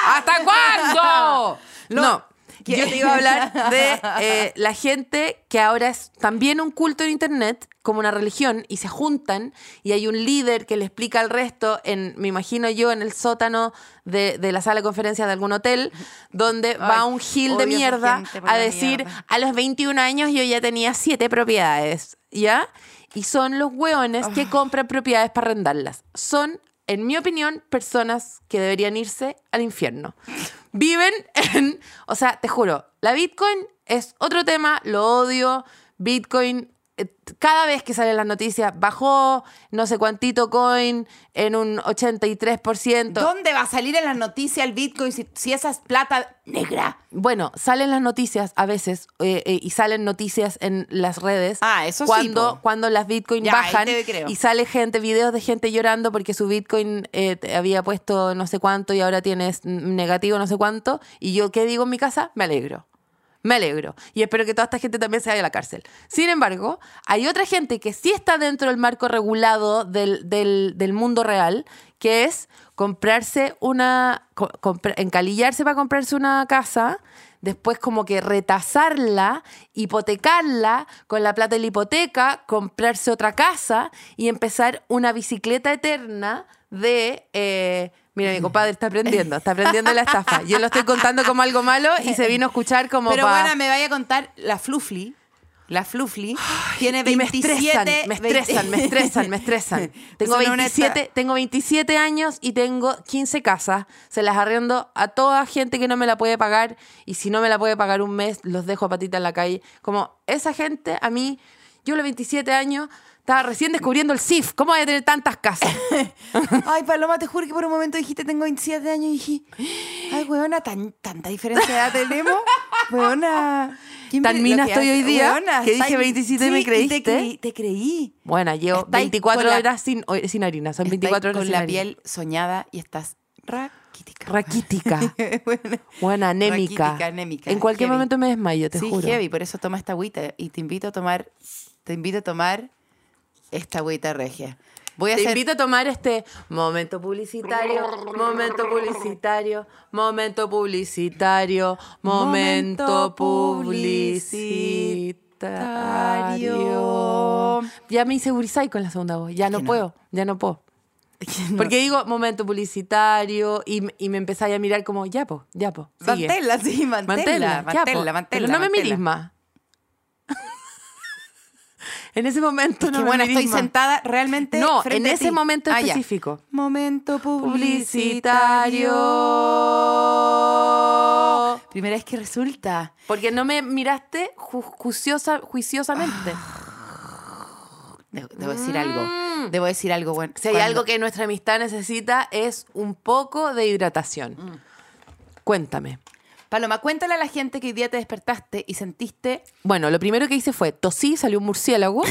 Speaker 3: ¿Hasta cuándo?
Speaker 2: (laughs) Lo-
Speaker 3: no.
Speaker 2: ¿Qué?
Speaker 3: Yo te iba a hablar de eh, la gente que ahora es también un culto en Internet, como una religión, y se juntan y hay un líder que le explica al resto, en, me imagino yo, en el sótano de, de la sala de conferencias de algún hotel, donde va
Speaker 2: Ay,
Speaker 3: un gil
Speaker 2: odio
Speaker 3: de
Speaker 2: esa
Speaker 3: mierda
Speaker 2: gente por
Speaker 3: a
Speaker 2: la
Speaker 3: decir,
Speaker 2: mierda.
Speaker 3: a los 21 años yo ya tenía siete propiedades, ¿ya? Y son los hueones
Speaker 2: Ah.
Speaker 3: que compran propiedades para arrendarlas. Son, en mi opinión, personas que deberían irse al infierno. Viven en... O sea, te juro, la Bitcoin es otro tema, lo odio. Bitcoin, eh, cada vez que salen las noticias, bajó no sé cuántito coin en un 83%.
Speaker 2: ¿Dónde va a salir en las noticias el Bitcoin si, si esa es plata negra?
Speaker 3: Bueno, salen las noticias a veces eh, eh, y salen noticias en las redes.
Speaker 2: Ah, eso sí,
Speaker 3: cuando,
Speaker 2: po.
Speaker 3: Cuando las Bitcoin
Speaker 2: Ya, ahí
Speaker 3: bajan
Speaker 2: te creo.
Speaker 3: y sale gente, videos de gente llorando porque su Bitcoin eh, te- había puesto no sé cuánto y ahora tienes n- negativo no sé cuánto. Y yo, ¿qué digo en mi casa? Me alegro. Me alegro. Y espero que toda esta gente también se vaya a la cárcel. Sin embargo, hay otra gente que sí está dentro del marco regulado del, del- del mundo real, que es comprarse una. co- compra- encalillarse para comprarse una casa, después, como que retasarla, hipotecarla, con la plata de la hipoteca, comprarse otra casa y empezar una bicicleta eterna de. eh, Mira, mi compadre está aprendiendo, está aprendiendo la estafa. Yo lo estoy contando como algo malo y se vino a escuchar como
Speaker 2: Pero
Speaker 3: pa-
Speaker 2: bueno, me vaya a contar la Flufli. La Flufli tiene
Speaker 3: Y me
Speaker 2: 27...
Speaker 3: estresan, me estresan, me
Speaker 2: 20.
Speaker 3: estresan, me
Speaker 2: (laughs)
Speaker 3: estresan. Tengo
Speaker 2: Son una
Speaker 3: 27,
Speaker 2: esta-
Speaker 3: tengo 27 años y tengo 15 casas. Se las arriendo a toda gente que no me la puede pagar y si no me la puede pagar un mes, los dejo a patita en la calle. Como esa gente, a mí, yo a los 27 años estaba recién descubriendo el CIF. ¿Cómo voy a tener tantas casas?
Speaker 2: (laughs) Ay, Paloma, te juro que por un momento dijiste tengo 27 años y dije, ay, weona, tan, tanta diferencia de
Speaker 3: (laughs)
Speaker 2: edad tenemos. Weona. ¿quién
Speaker 3: Tan
Speaker 2: me- lo
Speaker 3: mina
Speaker 2: que
Speaker 3: estoy
Speaker 2: hace-
Speaker 3: hoy día que
Speaker 2: estáis-
Speaker 3: dije 27 y me
Speaker 2: sí,
Speaker 3: creíste.
Speaker 2: Te creí. te creí.
Speaker 3: Bueno, llevo
Speaker 2: Estáis
Speaker 3: 24
Speaker 2: con la-
Speaker 3: horas sin, hoy- sin harina. Son
Speaker 2: Estáis
Speaker 3: 24 horas
Speaker 2: con
Speaker 3: sin
Speaker 2: la
Speaker 3: harina.
Speaker 2: piel soñada y estás raquítica. (laughs)
Speaker 3: Raquítica. Buena, anémica.
Speaker 2: Raquítica, anémica,
Speaker 3: En cualquier
Speaker 2: heavy.
Speaker 3: momento me desmayo, te
Speaker 2: sí,
Speaker 3: juro.
Speaker 2: heavy, por eso toma esta agüita y te invito a tomar, te invito a tomar esta agüita regia. Voy a
Speaker 3: Te
Speaker 2: hacer (laughs)
Speaker 3: invito a tomar este momento publicitario, momento publicitario, momento publicitario, momento
Speaker 2: Momento
Speaker 3: publicitario.
Speaker 2: publicitario.
Speaker 3: Ya me insegurizáis con la segunda voz, ya no
Speaker 2: que no.
Speaker 3: puedo, ya no puedo. Porque digo momento publicitario y, y me empezáis a mirar como, ya po, ya po. sigue.
Speaker 2: Mantela, sí, mantela, mantela,
Speaker 3: Mantela, ya, po.
Speaker 2: mantela,
Speaker 3: Pero no me
Speaker 2: mantela.
Speaker 3: mirís (laughs) más. en ese momento no
Speaker 2: que
Speaker 3: me
Speaker 2: bueno,
Speaker 3: mirís
Speaker 2: estoy
Speaker 3: más.
Speaker 2: sentada realmente.
Speaker 3: No,
Speaker 2: frente
Speaker 3: en
Speaker 2: a
Speaker 3: ese
Speaker 2: ti.
Speaker 3: momento
Speaker 2: Ah, ya.
Speaker 3: específico.
Speaker 2: Momento
Speaker 3: Publicitario.
Speaker 2: Primera vez que resulta.
Speaker 3: Porque no me miraste ju- juiciosa- juiciosamente.
Speaker 2: Debo, debo decir algo. Debo decir algo bueno.
Speaker 3: Mm. Si hay algo que nuestra amistad necesita es un poco de hidratación. Cuéntame.
Speaker 2: Paloma, cuéntale a la gente que hoy día te despertaste y sentiste.
Speaker 3: Bueno, lo primero que hice fue tosí, salió un murciélago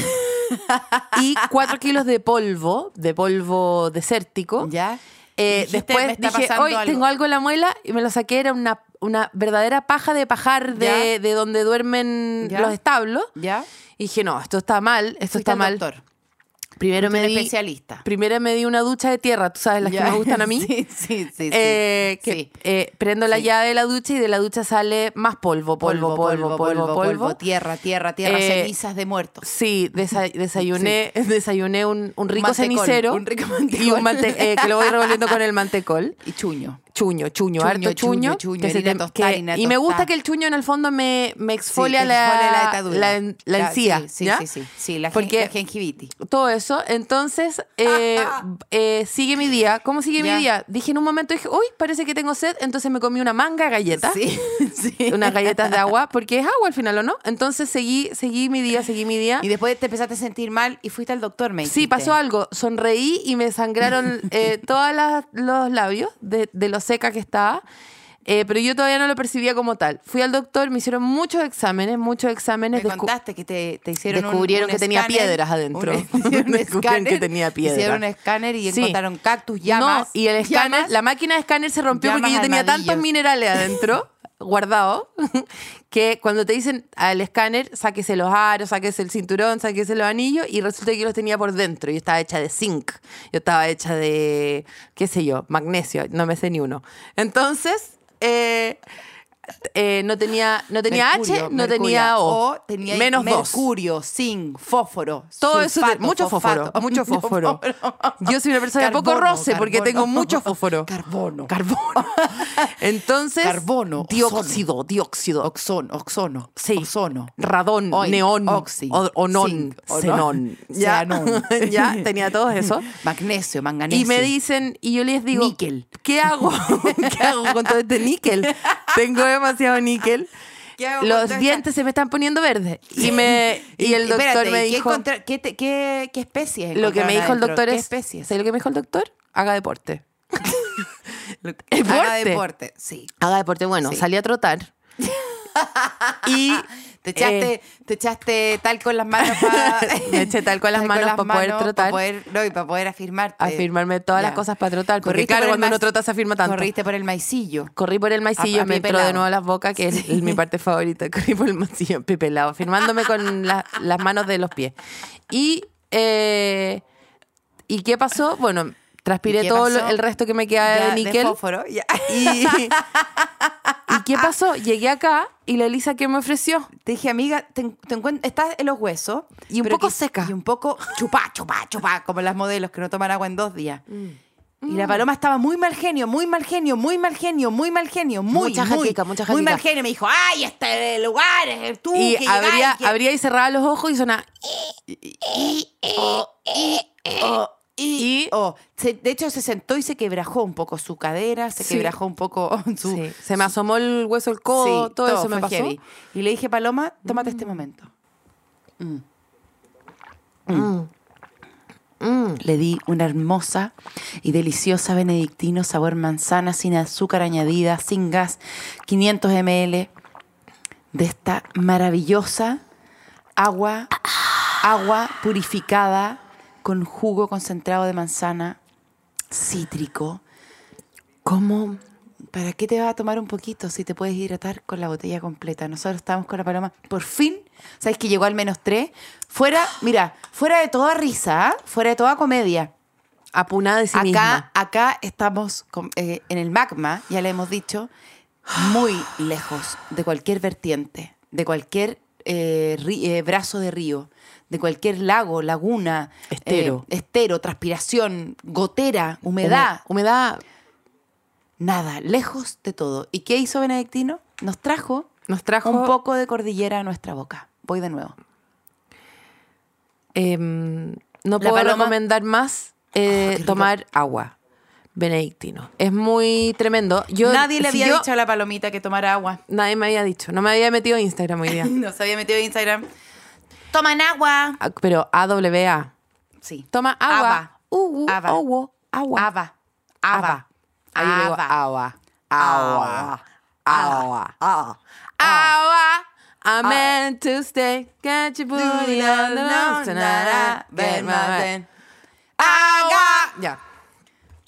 Speaker 3: y cuatro kilos de polvo, de polvo (laughs) desértico.
Speaker 2: ¿Ya?
Speaker 3: Eh,
Speaker 2: Y dijiste,
Speaker 3: después
Speaker 2: "Me está
Speaker 3: dije,
Speaker 2: pasando
Speaker 3: hoy
Speaker 2: algo".
Speaker 3: tengo algo en la muela y me lo saqué, era una, una verdadera paja de pajar de,
Speaker 2: Ya.
Speaker 3: de donde duermen
Speaker 2: Ya.
Speaker 3: los establos.
Speaker 2: ¿Ya?
Speaker 3: Y dije, no, esto está mal, esto
Speaker 2: Fuiste
Speaker 3: está
Speaker 2: al
Speaker 3: mal.
Speaker 2: doctor,
Speaker 3: Primero me
Speaker 2: un
Speaker 3: di,
Speaker 2: especialista.
Speaker 3: primero me di una ducha de tierra, tú sabes, (laughs) las
Speaker 2: Ya.
Speaker 3: que me gustan a mí.
Speaker 2: (laughs) sí, sí, sí. sí.
Speaker 3: Eh, que,
Speaker 2: Sí.
Speaker 3: eh, prendo la
Speaker 2: Sí.
Speaker 3: llave de la ducha y de la ducha sale más polvo, polvo, polvo, polvo, polvo.
Speaker 2: tierra, tierra, tierra,
Speaker 3: Eh,
Speaker 2: cenizas de muertos.
Speaker 3: Sí,
Speaker 2: (laughs)
Speaker 3: desa- desayuné, desayuné un, un rico
Speaker 2: Mantecol,
Speaker 3: cenicero
Speaker 2: un rico
Speaker 3: y un
Speaker 2: mantecol.
Speaker 3: mante- eh, que lo voy revolviendo con el mantecol.
Speaker 2: Y chuño.
Speaker 3: Chuño, chuño,
Speaker 2: Chuño,
Speaker 3: harto
Speaker 2: chuño,
Speaker 3: chuño.
Speaker 2: chuño,
Speaker 3: que se
Speaker 2: ir a
Speaker 3: te-
Speaker 2: tostar,
Speaker 3: que-
Speaker 2: ir a
Speaker 3: y me gusta
Speaker 2: tostar.
Speaker 3: que el chuño en el fondo me, me exfolia
Speaker 2: Sí, que
Speaker 3: la,
Speaker 2: exfolia
Speaker 3: la,
Speaker 2: la dentadura.
Speaker 3: en- la
Speaker 2: La-
Speaker 3: encía.
Speaker 2: Sí, sí,
Speaker 3: ¿ya?
Speaker 2: sí, sí, sí, la, gen-
Speaker 3: Porque-
Speaker 2: la gingivitis.
Speaker 3: Todo eso. Entonces,
Speaker 2: (laughs)
Speaker 3: eh, eh, sigue mi día. ¿Cómo sigue
Speaker 2: Ya.
Speaker 3: mi día? Dije en un momento, dije, uy, parece que tengo sed. Entonces me comí una manga de galletas.
Speaker 2: Sí, (laughs)
Speaker 3: (laughs)
Speaker 2: sí.
Speaker 3: Unas galletas de agua, porque es agua al final, ¿o no? Entonces seguí, seguí mi día, seguí mi día.
Speaker 2: Y después te empezaste a sentir mal y fuiste al doctor, me
Speaker 3: Sí,
Speaker 2: dijiste.
Speaker 3: pasó algo. Sonreí y me
Speaker 2: (laughs)
Speaker 3: sangraron eh, todos los labios de, de lo seca que estaba. Eh, pero yo todavía no lo percibía como tal. Fui al doctor, me hicieron muchos exámenes, muchos exámenes.
Speaker 2: Me
Speaker 3: descu-
Speaker 2: contaste que te, te hicieron un-
Speaker 3: Descubrieron
Speaker 2: un
Speaker 3: que tenía
Speaker 2: escáner,
Speaker 3: piedras adentro. (laughs)
Speaker 2: un- hicieron un
Speaker 3: Descubrieron que
Speaker 2: escáner,
Speaker 3: tenía piedras.
Speaker 2: Hicieron un escáner y
Speaker 3: Sí.
Speaker 2: encontraron cactus, llamas.
Speaker 3: No, y el escáner,
Speaker 2: llamas.
Speaker 3: la máquina de escáner se rompió porque
Speaker 2: llamas
Speaker 3: yo tenía
Speaker 2: armadillos.
Speaker 3: tantos
Speaker 2: (laughs)
Speaker 3: minerales adentro, guardados, (laughs) que cuando te dicen al escáner, sáquese los aros, sáquese el cinturón, sáquese los anillos, y resulta que yo los tenía por dentro. Yo estaba hecha de zinc, yo estaba hecha de, qué sé yo, magnesio, no me sé ni uno. Entonces, eh, eh, no tenía, no tenía H,
Speaker 2: Mercurio,
Speaker 3: no
Speaker 2: mercurio.
Speaker 3: tenía O.
Speaker 2: O tenía
Speaker 3: menos dos.
Speaker 2: mercurio, zinc, fósforo,
Speaker 3: Todo eso,
Speaker 2: sulfato,
Speaker 3: te- mucho fósforo,
Speaker 2: fosfato, (laughs)
Speaker 3: mucho fósforo. Yo soy una persona de poco
Speaker 2: Carbono,
Speaker 3: roce porque
Speaker 2: carbono.
Speaker 3: tengo mucho fósforo.
Speaker 2: (laughs) Carbono.
Speaker 3: Carbono. (laughs) Entonces,
Speaker 2: Carbono,
Speaker 3: dióxido, dióxido,
Speaker 2: Oxono, oxono,
Speaker 3: sí,
Speaker 2: ozono.
Speaker 3: radón,
Speaker 2: Oin,
Speaker 3: neón,
Speaker 2: oxi,
Speaker 3: o- onon,
Speaker 2: zinc, ono, (laughs)
Speaker 3: xenón, ya,
Speaker 2: xeanón.
Speaker 3: (laughs) ya tenía todo eso.
Speaker 2: Magnesio, manganeso.
Speaker 3: Y me dicen, y yo les digo,
Speaker 2: Níquel.
Speaker 3: ¿qué hago? (laughs) ¿Qué hago con todo este níquel? Tengo demasiado níquel.
Speaker 2: ¿Qué hago con toda
Speaker 3: Los
Speaker 2: esta-
Speaker 3: dientes se me están poniendo verdes. Y, me, y el doctor
Speaker 2: espérate,
Speaker 3: me
Speaker 2: ¿y ¿qué,
Speaker 3: dijo...
Speaker 2: encontra- qué, te- qué, qué especies?
Speaker 3: Lo que me dijo el
Speaker 2: encontraron
Speaker 3: doctor
Speaker 2: adentro?
Speaker 3: es.
Speaker 2: ¿Qué especies?
Speaker 3: ¿Sabes lo que me dijo el doctor? Haga deporte.
Speaker 2: Haga (laughs)
Speaker 3: Deporte.
Speaker 2: deporte, sí.
Speaker 3: Haga deporte, bueno,
Speaker 2: Sí.
Speaker 3: salí a trotar. y
Speaker 2: (laughs) Te echaste,
Speaker 3: eh,
Speaker 2: te echaste tal con las manos para.
Speaker 3: (laughs) Me eché talco
Speaker 2: (laughs)
Speaker 3: con las manos pa poder trotar.
Speaker 2: Para poder, no, y para poder afirmarte.
Speaker 3: afirmarme todas las
Speaker 2: Ya.
Speaker 3: cosas para trotar. Porque
Speaker 2: Corriste
Speaker 3: claro,
Speaker 2: por el
Speaker 3: cuando
Speaker 2: maíz-
Speaker 3: uno trota se afirma tanto.
Speaker 2: Corriste por el maicillo.
Speaker 3: Corrí por el maicillo,
Speaker 2: A- a
Speaker 3: me
Speaker 2: pie
Speaker 3: entró
Speaker 2: pelado.
Speaker 3: de nuevo las bocas, que es, es mi parte favorita. (laughs) Corrí por el maicillo, pipelado, firmándome con la- las manos de los pies. Y, eh, ¿y qué pasó? Bueno,
Speaker 2: ¿Y
Speaker 3: transpiré
Speaker 2: qué
Speaker 3: todo lo-
Speaker 2: pasó?
Speaker 3: el resto que me queda
Speaker 2: Ya,
Speaker 3: de níquel.
Speaker 2: fósforo, ya.
Speaker 3: Y,
Speaker 2: (laughs) Ah,
Speaker 3: ¿Y qué pasó? Llegué acá y la Elisa, ¿qué me ofreció?
Speaker 2: Te dije, amiga, te, en- te encuent- estás en los huesos.
Speaker 3: Y un
Speaker 2: pero
Speaker 3: poco
Speaker 2: que-
Speaker 3: seca.
Speaker 2: Y un poco chupá, chupá, chupá, como las modelos que no toman agua en dos días.
Speaker 3: Mm.
Speaker 2: Y la paloma estaba muy mal genio, muy mal genio, muy mal genio, muy mal genio, muy,
Speaker 3: Mucha
Speaker 2: muy,
Speaker 3: jaqueca, mucha
Speaker 2: muy
Speaker 3: jaqueca.
Speaker 2: mal genio. Me dijo, ay, este lugar, es tú
Speaker 3: Y
Speaker 2: que
Speaker 3: abría,
Speaker 2: llegás y que-
Speaker 3: abría y cerraba los ojos y sonaba.
Speaker 2: Oh, y,
Speaker 3: Y-
Speaker 2: oh. Se- de hecho, se sentó y se quebrajó un poco su cadera, se
Speaker 3: Sí.
Speaker 2: quebrajó un poco (laughs) su...
Speaker 3: Sí, se me asomó el hueso, el codo,
Speaker 2: Sí,
Speaker 3: todo, eso me
Speaker 2: fue
Speaker 3: pasó.
Speaker 2: heavy. Y le dije, Paloma, tómate este momento. Mm. Mm. Le di una hermosa y deliciosa benedictino sabor manzana sin azúcar añadida, sin gas, 500 ml de esta maravillosa agua, agua purificada con jugo concentrado de manzana cítrico.
Speaker 3: ¿Cómo?
Speaker 2: ¿Para qué te vas a tomar un poquito si te puedes hidratar con la botella completa? Nosotros estábamos con la paloma. Por fin, ¿sabes que llegó al menos tres? Fuera, mira, fuera de toda risa, ¿ah? fuera de toda comedia.
Speaker 3: Apunada de sí
Speaker 2: acá,
Speaker 3: misma.
Speaker 2: acá estamos con- eh, en el magma, ya le hemos dicho, muy lejos de cualquier vertiente, de cualquier eh, ri- eh, brazo de río, de cualquier lago, laguna,
Speaker 3: Estero.
Speaker 2: eh, estero, transpiración, gotera, humedad,
Speaker 3: Hume- Humedad.
Speaker 2: nada, lejos de todo. ¿Y qué hizo Benedictino? Nos trajo
Speaker 3: Nos trajo.
Speaker 2: un poco de cordillera a nuestra boca. Voy de nuevo.
Speaker 3: em, no
Speaker 2: La
Speaker 3: puedo
Speaker 2: paloma-
Speaker 3: recomendar más eh,
Speaker 2: Oh, qué rico.
Speaker 3: tomar agua. Benedictino. Es muy tremendo. Yo,
Speaker 2: Nadie le
Speaker 3: si
Speaker 2: había
Speaker 3: yo-
Speaker 2: dicho a la palomita que tomara agua.
Speaker 3: Nadie me había dicho. No me había metido a Instagram
Speaker 2: (laughs)
Speaker 3: hoy día.
Speaker 2: No se había metido en Instagram. ¡Toman agua!
Speaker 3: Ah, Pero AWA.
Speaker 2: Sí.
Speaker 3: Toma agua.
Speaker 2: Ava.
Speaker 3: Uh, uh,
Speaker 2: Ava.
Speaker 3: owo, agua.
Speaker 2: Ava. Ava.
Speaker 3: Ahí yo le digo,
Speaker 2: Ava.
Speaker 3: agua. Agua. Agua. Agua. I'm meant to stay. Can't you put it on the line? Tanara, ben, ben, ben.
Speaker 2: Agua.
Speaker 3: Ya.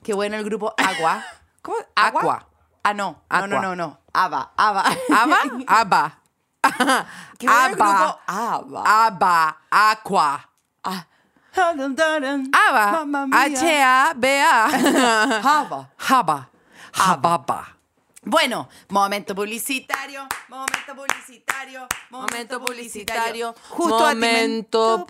Speaker 2: Qué bueno el grupo Agua. (laughs) ¿Cómo?
Speaker 3: Aqua.
Speaker 2: Ah, no.
Speaker 3: Aqua.
Speaker 2: No, no, no, no. Ava. Ava. (laughs)
Speaker 3: Aba. Aba.
Speaker 2: Qué bueno el grupo
Speaker 3: Aba.
Speaker 2: Ava.
Speaker 3: Aba. Aqua. Aba.
Speaker 2: Mamma
Speaker 3: (laughs)
Speaker 2: mia.
Speaker 3: H-A-B-A.
Speaker 2: Ava.
Speaker 3: Haba. Hababa.
Speaker 2: Bueno, momento publicitario, momento publicitario,
Speaker 3: Momento publicitario.
Speaker 2: Justo a ti,
Speaker 3: Momento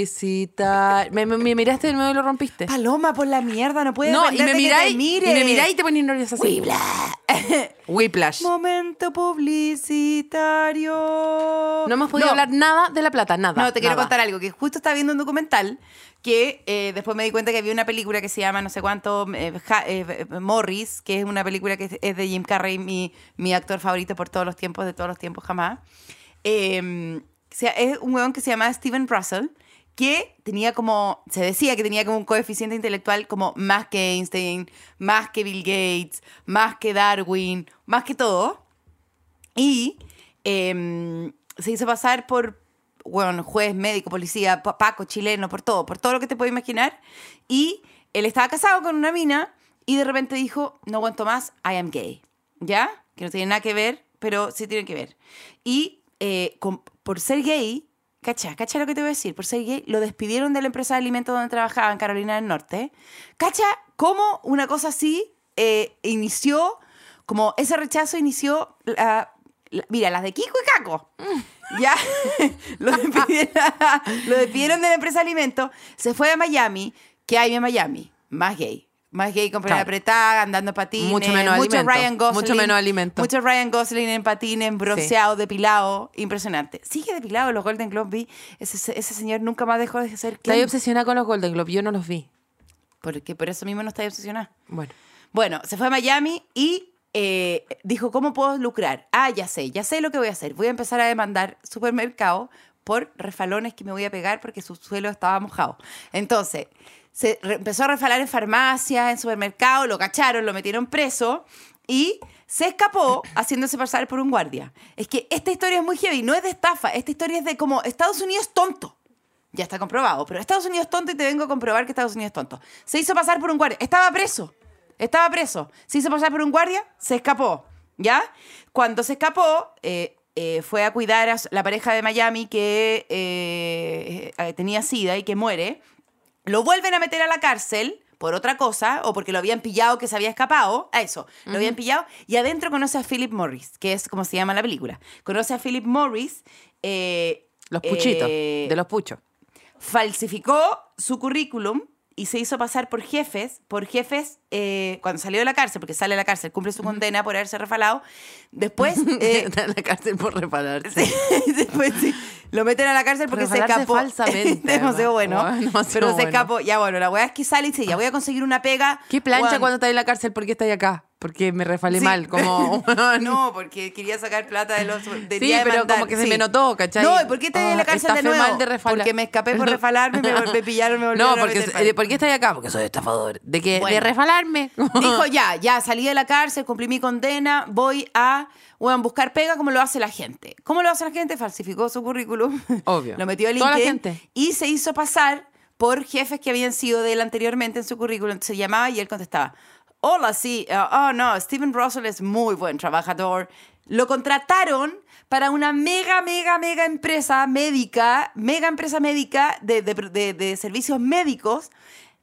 Speaker 3: publicitario. Me, me- me miraste de nuevo y lo rompiste.
Speaker 2: Paloma, por la mierda, no puedes
Speaker 3: No, y
Speaker 2: defenderte
Speaker 3: me
Speaker 2: que
Speaker 3: miráis
Speaker 2: te
Speaker 3: y
Speaker 2: mire.
Speaker 3: me miráis y te pones nerviosa así. (laughs) Whiplash.
Speaker 2: Momento publicitario.
Speaker 3: No hemos podido hablar nada de la plata, nada.
Speaker 2: No, te quiero
Speaker 3: nada.
Speaker 2: contar algo, que justo estaba viendo un documental que eh, después me di cuenta que había una película que se llama no sé cuánto, eh, Ja- eh, Morris, que es una película que es- es de Jim Carrey, mi, mi actor favorito por todos los tiempos, de todos los tiempos jamás. Eh, se- es un huevón que se llama Steven Russell, que tenía como, se decía que tenía como un coeficiente intelectual como más que Einstein, más que Bill Gates, más que Darwin, más que todo. Y eh, se hizo pasar por bueno, juez, médico, policía, pa- paco, chileno, por todo, por todo lo que te puedes imaginar. Y él estaba casado con una mina y de repente dijo, no aguanto más, I am gay. ¿Ya? Que no tiene nada que ver, pero sí tiene que ver. Y eh, con- por ser gay, cacha, cacha lo que te voy a decir, por ser gay, lo despidieron de la empresa de alimentos donde trabajaba en Carolina del Norte. Cacha, cómo una cosa así eh, inició, como ese rechazo inició la- la- mira, las de Kiko y Caco.
Speaker 3: Mm.
Speaker 2: Ya (laughs) lo despidieron, lo despidieron de la empresa de alimentos. Se fue a Miami. ¿Qué hay en Miami? Más gay. Más gay con pelea
Speaker 3: Claro.
Speaker 2: apretada, andando en patines.
Speaker 3: Mucho menos alimento,
Speaker 2: Ryan Gosling.
Speaker 3: mucho menos alimento.
Speaker 2: Mucho Ryan Gosling en patines, bronceado, depilado. Impresionante. Sigue depilado en los Golden Globes. vi. Ese, ese señor nunca más dejó de ser
Speaker 3: Estoy
Speaker 2: gay.
Speaker 3: obsesionada con los Golden Globe. Yo no los vi.
Speaker 2: Porque por eso mismo no está obsesionada.
Speaker 3: Bueno.
Speaker 2: Bueno, se fue a Miami y eh, dijo, ¿cómo puedo lucrar? Ah, ya sé, ya sé lo que voy a hacer. Voy a empezar a demandar supermercado por refalones que me voy a pegar porque su suelo estaba mojado. Entonces, se re- empezó a refalar en farmacias, en supermercado, lo cacharon, lo metieron preso y se escapó haciéndose pasar por un guardia. Es que esta historia es muy heavy, no es de estafa, esta historia es de como Estados Unidos tonto. Ya está comprobado, pero Estados Unidos tonto y te vengo a comprobar que Estados Unidos es tonto. Se hizo pasar por un guardia, estaba preso, estaba preso. Se hizo pasar por un guardia, se escapó, ¿ya? Cuando se escapó, eh, eh, fue a cuidar a s- la pareja de Miami que eh, eh, tenía sida y que muere. Lo vuelven a meter a la cárcel por otra cosa, o porque lo habían pillado que se había escapado, a eso, lo habían pillado, y adentro conoce a Philip Morris, que es como se llama la película. Conoce a Philip Morris. eh,
Speaker 3: Los puchitos.
Speaker 2: eh,
Speaker 3: de los puchos.
Speaker 2: falsificó su currículum y se hizo pasar por jefes, por jefes eh, cuando salió de la cárcel, porque sale de la cárcel, cumple su condena por haberse refalado.
Speaker 3: (laughs)
Speaker 2: Después, eh,
Speaker 3: Está en la cárcel por repararse.
Speaker 2: después sí, (laughs) lo meten a la cárcel porque se
Speaker 3: Refalarse
Speaker 2: escapó. (laughs)
Speaker 3: falsamente,
Speaker 2: demasiado
Speaker 3: además.
Speaker 2: bueno.
Speaker 3: Bueno, demasiado
Speaker 2: pero se
Speaker 3: bueno.
Speaker 2: escapó. Ya bueno, la weá es que sale y dice, ya voy a conseguir una pega.
Speaker 3: ¿Qué plancha
Speaker 2: Weón,
Speaker 3: cuando estáis en la cárcel? ¿Por qué estáis acá? Porque me refalé
Speaker 2: Sí.
Speaker 3: mal.
Speaker 2: (laughs)
Speaker 3: Como, (laughs)
Speaker 2: No, porque quería sacar plata de los. Sí,
Speaker 3: Sí, pero como que se me notó, ¿cachai?
Speaker 2: No, ¿y por qué te en la
Speaker 3: Ah,
Speaker 2: cárcel de
Speaker 3: estafé
Speaker 2: nuevo?
Speaker 3: mal de refalar.
Speaker 2: porque me
Speaker 3: (laughs)
Speaker 2: escapé por refalarme, me, vol- me pillaron, me volvieron
Speaker 3: No,
Speaker 2: a
Speaker 3: porque,
Speaker 2: meter
Speaker 3: eh,
Speaker 2: preso.
Speaker 3: ¿por qué estáis acá? Porque soy estafador. De que
Speaker 2: Bueno.
Speaker 3: de refalarme.
Speaker 2: (laughs)
Speaker 3: (laughs)
Speaker 2: Dijo ya, ya salí de la cárcel, cumplí mi condena, voy a weón, buscar pega como lo hace la gente. ¿Cómo lo hace la gente? Falsificó su currículum.
Speaker 3: Obvio.
Speaker 2: (laughs) lo metió al
Speaker 3: Toda la
Speaker 2: LinkedIn
Speaker 3: gente.
Speaker 2: y se hizo pasar por jefes que habían sido de él anteriormente en su currículum. Se llamaba y él contestaba, hola, sí, eh, oh no, Steven Russell es muy buen trabajador. Lo contrataron para una mega, mega, mega empresa médica, mega empresa médica de, de- de- de servicios médicos.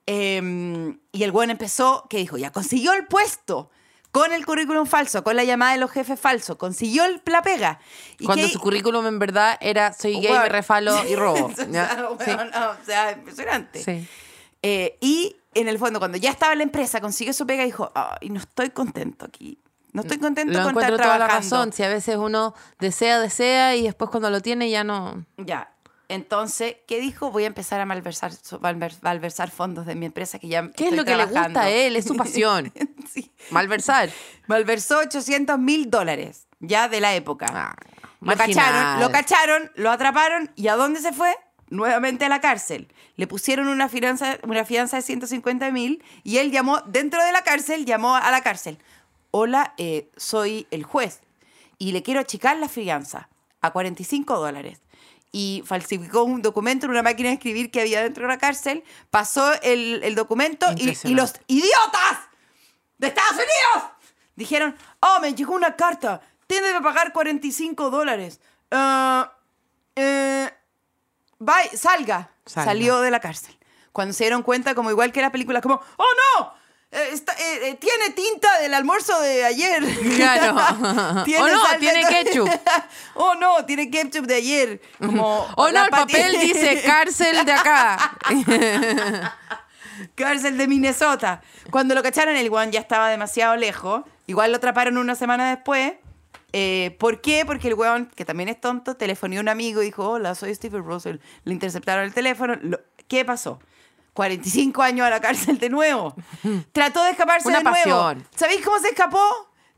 Speaker 2: Eh, y el buen empezó, que dijo, ya consiguió el puesto. Con el currículum falso, con la llamada de los jefes falsos, consiguió el- la pega. Y
Speaker 3: Cuando
Speaker 2: que-
Speaker 3: su
Speaker 2: (laughs)
Speaker 3: currículum en verdad era soy gay,
Speaker 2: Weón.
Speaker 3: me refalo y robo.
Speaker 2: (laughs) Eso
Speaker 3: ¿ya?
Speaker 2: está, weón, no, o sea, impresionante.
Speaker 3: Sí. Sí.
Speaker 2: Eh, y en el fondo, cuando ya estaba en la empresa, consiguió su pega y dijo, ay, no estoy contento aquí. No estoy contento
Speaker 3: Mm, Lo
Speaker 2: con estar
Speaker 3: encuentro toda la
Speaker 2: trabajando".
Speaker 3: razón. Si a veces uno desea, desea y después cuando lo tiene ya no.
Speaker 2: Ya. Entonces, ¿qué dijo? Voy a empezar a malversar, so- malver- malversar fondos de mi empresa que ya
Speaker 3: ¿Qué es lo que le gusta a él? Es
Speaker 2: (laughs)
Speaker 3: su pasión.
Speaker 2: Sí.
Speaker 3: Malversar.
Speaker 2: Malversó 800 mil dólares ya de la época.
Speaker 3: Ah,
Speaker 2: lo
Speaker 3: marginal.
Speaker 2: cacharon, lo cacharon, lo atraparon y ¿a dónde se fue? Nuevamente a la cárcel. Le pusieron una fianza, una fianza de 150 mil y él llamó, dentro de la cárcel, llamó a la cárcel. Hola, eh, soy el juez y le quiero achicar la fianza a 45 dólares. Y falsificó un documento en una máquina de escribir que había dentro de la cárcel, pasó el, el documento y- y los
Speaker 3: Impresionante.
Speaker 2: idiotas de Estados Unidos. Dijeron, oh, me llegó una carta, tiene que pagar 45 dólares. Ah, eh, vai- salga.
Speaker 3: Salga.
Speaker 2: Salió de la cárcel. Cuando se dieron cuenta, como igual que las películas, como, oh no, eh, está- eh, eh, tiene tinta del almuerzo de ayer.
Speaker 3: (laughs) Claro.
Speaker 2: (laughs)
Speaker 3: O no,
Speaker 2: sal de
Speaker 3: tiene
Speaker 2: to-
Speaker 3: ketchup.
Speaker 2: (laughs) oh, no, tiene ketchup de ayer. Como,
Speaker 3: O no,
Speaker 2: la
Speaker 3: el
Speaker 2: pati-
Speaker 3: papel dice cárcel de acá.
Speaker 2: (laughs) Cárcel de Minnesota. Cuando lo cacharon, el guan ya estaba demasiado lejos. Igual lo atraparon una semana después. Eh, ¿Por qué? Porque el weón, que también es tonto, telefonó a un amigo y dijo, hola, soy Stephen Russell. Le interceptaron el teléfono. Lo- ¿Qué pasó? 45 años a la cárcel
Speaker 3: (laughs)
Speaker 2: de nuevo. Trató de escaparse
Speaker 3: Una
Speaker 2: de nuevo.
Speaker 3: pasión.
Speaker 2: ¿Sabéis cómo se escapó?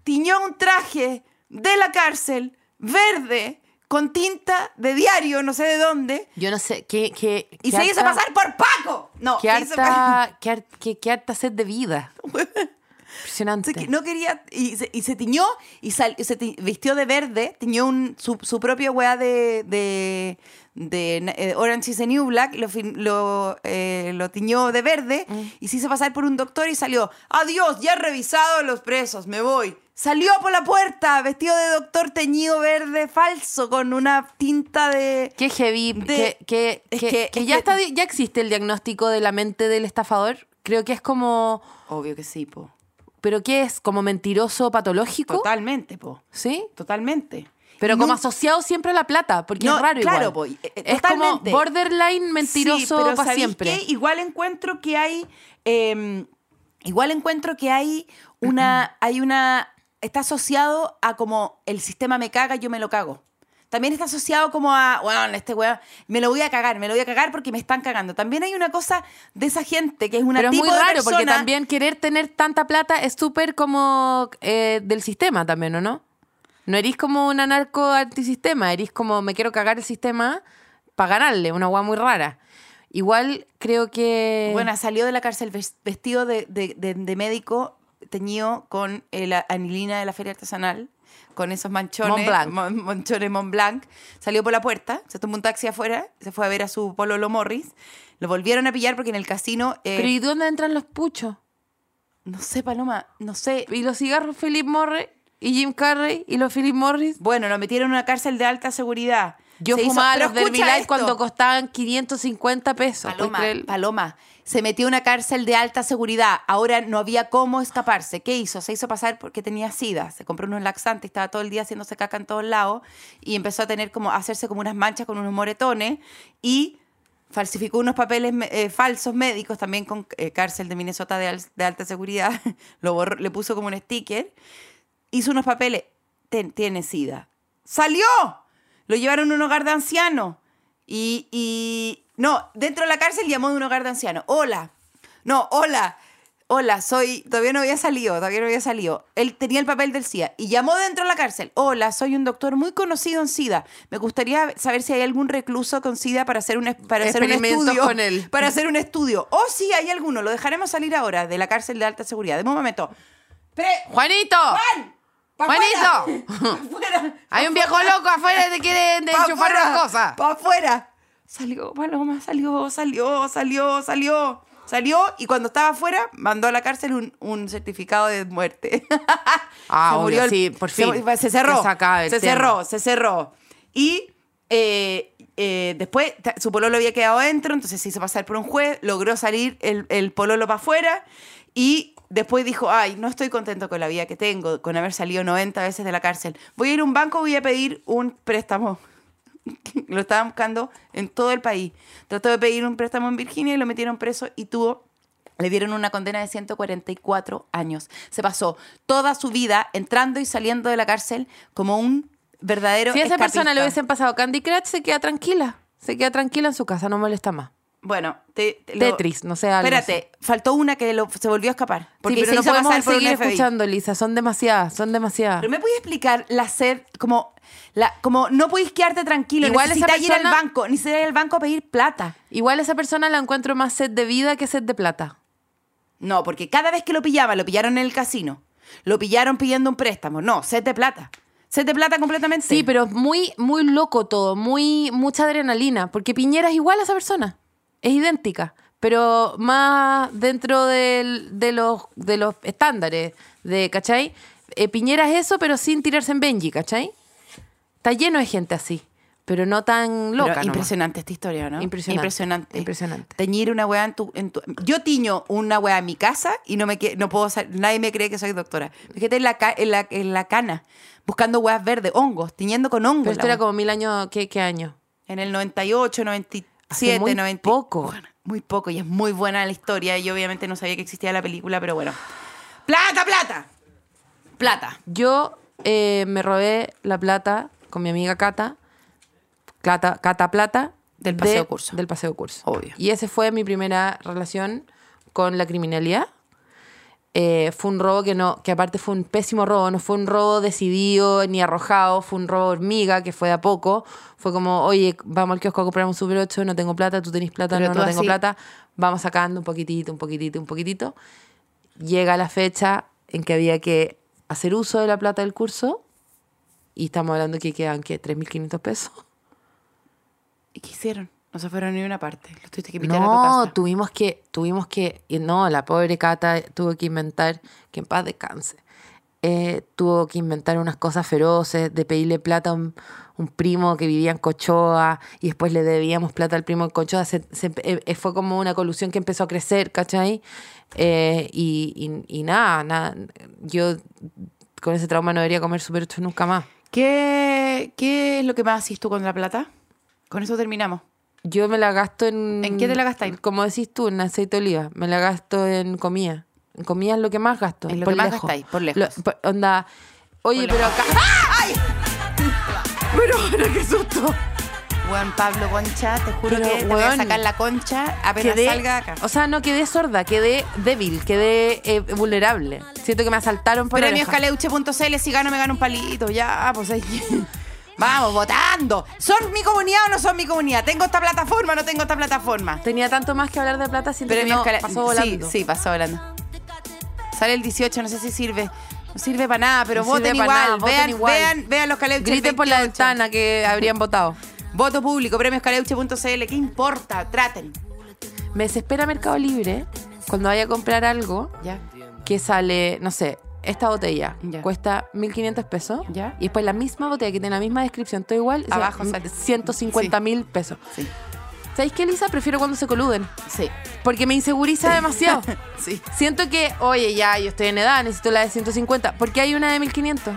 Speaker 2: Tiñó un traje de la cárcel, verde, con tinta de diario, no sé de dónde,
Speaker 3: Yo no sé, ¿qué, qué,
Speaker 2: y
Speaker 3: qué
Speaker 2: se hizo
Speaker 3: harta-
Speaker 2: pasar por Paco. No,
Speaker 3: Qué
Speaker 2: Oh, se hizo (laughs) pa-
Speaker 3: harta, qué, har- qué- qué harta sed de
Speaker 2: (laughs)
Speaker 3: vida. Impresionante.
Speaker 2: Así que no quería. Y se, y se tiñó y, sal- y se ti- vistió de verde. Tiñó un, su, su propia weá de, de, de na- eh, Orange is the New Black. Lo, fin- lo, eh, lo tiñó de verde y se hizo pasar por un doctor y salió. Adiós, ya he revisado a los presos, me voy. Salió por la puerta vestido de doctor teñido verde falso con una tinta de.
Speaker 3: Qué heavy,
Speaker 2: De-
Speaker 3: que, que-
Speaker 2: es
Speaker 3: que-
Speaker 2: que-
Speaker 3: que
Speaker 2: es
Speaker 3: ya,
Speaker 2: que-
Speaker 3: está, di- ya existe el diagnóstico de la mente del estafador. Creo que es como,
Speaker 2: Obvio que sí, po.
Speaker 3: ¿pero qué es? ¿Como mentiroso patológico?
Speaker 2: Totalmente, po.
Speaker 3: ¿Sí?
Speaker 2: Totalmente.
Speaker 3: Pero como
Speaker 2: Nun-
Speaker 3: asociado siempre a la plata, porque
Speaker 2: No,
Speaker 3: es raro
Speaker 2: claro,
Speaker 3: igual.
Speaker 2: po, y- eh,
Speaker 3: es
Speaker 2: totalmente.
Speaker 3: como borderline
Speaker 2: Sí,
Speaker 3: mentiroso
Speaker 2: pero
Speaker 3: para
Speaker 2: ¿sabéis
Speaker 3: siempre.
Speaker 2: qué? Igual encuentro que hay. eh, igual encuentro que hay
Speaker 3: (clears throat)
Speaker 2: una. Hay una. Está asociado a como el sistema me caga, yo me lo cago. También está asociado como a, bueno, este weón, me lo voy a cagar, me lo voy a cagar porque me están cagando. También hay una cosa de esa gente que es una
Speaker 3: Pero es
Speaker 2: tipo
Speaker 3: muy
Speaker 2: de
Speaker 3: raro, porque
Speaker 2: persona-
Speaker 3: también querer tener tanta plata es súper como eh, del sistema también, ¿o no? No erís como un anarco antisistema, erís como me quiero cagar el sistema para ganarle, una guay muy rara. Igual creo que...
Speaker 2: Bueno, salió de la cárcel ves- vestido de, de- de- de médico, teñido con eh, la anilina de la feria artesanal, con esos manchones.
Speaker 3: Mont Blanc.
Speaker 2: mon- manchones Mont Blanc. Salió por la puerta, se tomó un taxi afuera, se fue a ver a su pololo Morris. Lo volvieron a pillar porque en el casino. eh,
Speaker 3: Pero ¿y dónde entran los puchos?
Speaker 2: no sé, Paloma, no sé.
Speaker 3: ¿Y los cigarros Philip Morris? ¿Y Jim Carrey? ¿Y los Philip Morris?
Speaker 2: Bueno, lo metieron en una cárcel de alta seguridad.
Speaker 3: Yo
Speaker 2: Se hizo-
Speaker 3: fumaba
Speaker 2: pero
Speaker 3: los
Speaker 2: escucha
Speaker 3: Herbalife
Speaker 2: esto.
Speaker 3: cuando costaban 550 pesos. ¿puedes
Speaker 2: Paloma,
Speaker 3: creer?
Speaker 2: Paloma, se metió a una cárcel de alta seguridad. Ahora no había cómo escaparse. ¿Qué hizo? Se hizo pasar porque tenía sida. Se compró unos laxantes, estaba todo el día haciéndose caca en todos lados y empezó a tener como a hacerse como unas manchas con unos moretones y falsificó unos papeles me- eh, falsos médicos también con eh, cárcel de Minnesota de, al- de alta seguridad. (laughs) Lo borró- le puso como un sticker hizo unos papeles. Ten- tiene sida. ¡Salió! Lo llevaron a un hogar de ancianos. Y, y- No, dentro de la cárcel llamó de un hogar de ancianos. Hola. No, hola. Hola, soy. Todavía no había salido, todavía no había salido. Él tenía el papel del SIDA y llamó dentro de la cárcel. Hola, soy un doctor muy conocido en SIDA. Me gustaría saber si hay algún recluso con SIDA para hacer un, es- para hacer un
Speaker 3: Experimentos
Speaker 2: estudio.
Speaker 3: con él.
Speaker 2: (laughs) Para hacer un estudio. O si hay alguno, lo dejaremos salir ahora de la cárcel de alta seguridad. De un momento. Pre-
Speaker 3: ¡Juanito!
Speaker 2: ¡Juan! ¡Pa'
Speaker 3: ¡Juanito!
Speaker 2: afuera! (laughs) ¡Pa' afuera!
Speaker 3: (laughs) Hay un viejo loco afuera que te quiere
Speaker 2: ¡Pa'
Speaker 3: enchufar
Speaker 2: afuera!
Speaker 3: las cosas.
Speaker 2: ¡Pa' afuera! Salió, Paloma, salió, salió, salió, salió. Salió y cuando estaba afuera mandó a la cárcel un, un certificado de muerte. (laughs)
Speaker 3: Ah,
Speaker 2: Se
Speaker 3: obvio,
Speaker 2: murió el-
Speaker 3: sí, por fin.
Speaker 2: Se, se cerró.
Speaker 3: Que se acabe el
Speaker 2: se
Speaker 3: tema.
Speaker 2: cerró, se cerró. Y eh, eh, después ta- su pololo había quedado adentro, entonces se hizo pasar por un juez, logró salir el, el pololo para afuera y después dijo, ay, no estoy contento con la vida que tengo, con haber salido 90 veces de la cárcel. Voy a ir a un banco, voy a pedir un préstamo. lo estaban buscando en todo el país. Trató de pedir un préstamo en Virginia y lo metieron preso y tuvo le dieron una condena de 144 años. Se pasó toda su vida entrando y saliendo de la cárcel como un verdadero.
Speaker 3: Si a esa persona le
Speaker 2: escapista.
Speaker 3: hubiesen pasado Candy Crush, se queda tranquila. Se queda tranquila en su casa, no molesta más.
Speaker 2: Bueno, te- te- lo-
Speaker 3: Tetris, no sé, algo así.
Speaker 2: Espérate, faltó una que lo- se volvió a escapar. Porque
Speaker 3: sí, pero
Speaker 2: se
Speaker 3: no
Speaker 2: hizo
Speaker 3: podemos
Speaker 2: pasar por un
Speaker 3: seguir
Speaker 2: FBI.
Speaker 3: escuchando, Lisa. Son demasiadas, son demasiadas.
Speaker 2: Pero me puedes explicar la sed, como, la, como no podéis quedarte tranquilo.
Speaker 3: Igual esa
Speaker 2: necesitas ir al
Speaker 3: persona-
Speaker 2: banco, necesitas ir al banco a pedir plata.
Speaker 3: Igual esa persona la encuentro más sed de vida que sed de plata.
Speaker 2: No, porque cada vez que lo pillaban, lo pillaron en el casino. Lo pillaron pidiendo un préstamo. No, sed de plata. Sed de plata completamente.
Speaker 3: Sí, pero es muy, muy loco todo, muy, mucha adrenalina, porque Piñera es igual a esa persona, es idéntica, pero más dentro del- de, los, de los estándares, de, ¿cachai? Eh, Piñera es eso, pero sin tirarse en Benji, ¿cachai? Está lleno de gente así. pero no tan
Speaker 2: Pero
Speaker 3: loca. nomás.
Speaker 2: impresionante esta historia, ¿no?
Speaker 3: Impresionante.
Speaker 2: Impresionante.
Speaker 3: Impresionante.
Speaker 2: Teñir una weá en tu, en tu- Yo tiño una weá en mi casa y no me que- no puedo sal- nadie me cree que soy doctora. Fíjate en la, ca- en la, en la cana, buscando weas verdes, hongos, tiñendo con hongos.
Speaker 3: Pero esto
Speaker 2: la
Speaker 3: era como mil años, ¿qué, qué año?
Speaker 2: En el 98, 97,
Speaker 3: Hace muy
Speaker 2: 90
Speaker 3: poco.
Speaker 2: Bueno, muy poco y es muy buena la historia y obviamente no sabía que existía la película, pero bueno. Plata, plata. Plata.
Speaker 3: Yo eh, me robé la plata con mi amiga Cata, Cata, Cata Plata.
Speaker 2: Del
Speaker 3: de-
Speaker 2: paseo curso.
Speaker 3: Del paseo curso.
Speaker 2: Obvio.
Speaker 3: Y esa fue mi primera relación con la criminalidad. Eh, fue un robo que no, que aparte fue un pésimo robo, no fue un robo decidido ni arrojado, fue un robo hormiga que fue de a poco. Fue como, oye, vamos al kiosco a comprar un Super 8, no tengo plata, tú tenés plata,
Speaker 2: Pero
Speaker 3: no,
Speaker 2: tú
Speaker 3: no tengo
Speaker 2: así-
Speaker 3: plata. Vamos sacando un poquitito, un poquitito, un poquitito llega la fecha en que había que hacer uso de la plata del curso y estamos hablando que quedan que 3.500 pesos.
Speaker 2: ¿Y qué hicieron? No se fueron ni una parte. Los tuviste que pitar a tu
Speaker 3: No,
Speaker 2: casa.
Speaker 3: tuvimos que, tuvimos que, y no, la pobre Cata tuvo que inventar, que en paz descanse, eh, tuvo que inventar unas cosas feroces, de pedirle plata a un, un primo que vivía en Cochoa y después le debíamos plata al primo en Cochoa. Se- se empe- eh, eh, fue como una colusión que empezó a crecer, ¿cachai? Eh, y, y- y nada, nada, yo con ese trauma no debería comer Super 8 nunca más.
Speaker 2: ¿Qué, ¿Qué es lo que más haces tú con la plata? Con eso terminamos.
Speaker 3: Yo me la gasto en...
Speaker 2: ¿En qué te la gastáis?
Speaker 3: Como decís tú, en aceite de oliva. Me la gasto en comida. En comida es lo que más gasto.
Speaker 2: Es lo
Speaker 3: por
Speaker 2: que más
Speaker 3: lejos.
Speaker 2: gastáis, por lejos.
Speaker 3: Lo- por- onda... Oye, pero acá...
Speaker 2: Bueno, bueno, qué susto. Juan Pablo Concha, te juro
Speaker 3: Pero,
Speaker 2: que te voy a
Speaker 3: weón,
Speaker 2: sacar la concha apenas
Speaker 3: Quedé,
Speaker 2: salga de acá.
Speaker 3: o sea, no quedé sorda, quedé débil, quedé eh, vulnerable. Siento que me asaltaron por la
Speaker 2: Premios
Speaker 3: oreja.
Speaker 2: caleuche.cl, si gano me gano un palito, ya, pues ahí. (laughs) Vamos, votando. ¿Son mi comunidad o no son mi comunidad? ¿Tengo esta plataforma o no tengo esta plataforma?
Speaker 3: Tenía tanto más que hablar de plata, siento que
Speaker 2: Premios
Speaker 3: no,
Speaker 2: Cale-
Speaker 3: pasó volando.
Speaker 2: Sí, sí, pasó volando. Sale el 18, no sé si sirve. No sirve para nada, pero
Speaker 3: No
Speaker 2: voten,
Speaker 3: sirve pa'
Speaker 2: igual.
Speaker 3: nada, voten
Speaker 2: vean,
Speaker 3: igual.
Speaker 2: Vean, vean los caleuches.
Speaker 3: Griten por la
Speaker 2: 28.
Speaker 3: ventana que habrían votado.
Speaker 2: Voto público, premioscaleuche.cl. ¿Qué importa? Traten.
Speaker 3: Me desespera Mercado Libre cuando vaya a comprar algo
Speaker 2: Ya.
Speaker 3: que sale, no sé, esta botella
Speaker 2: Ya.
Speaker 3: cuesta 1500 pesos
Speaker 2: Ya.
Speaker 3: y después la misma botella que tiene la misma descripción, todo igual,
Speaker 2: Abajo sale.
Speaker 3: 150 mil pesos.
Speaker 2: Sí,
Speaker 3: ¿Sabéis qué, Lisa? Prefiero cuando se coluden
Speaker 2: sí,
Speaker 3: porque me inseguriza demasiado.
Speaker 2: (laughs) sí.
Speaker 3: Siento que, oye, ya, yo estoy en edad, necesito la de 150, porque hay una de 1500.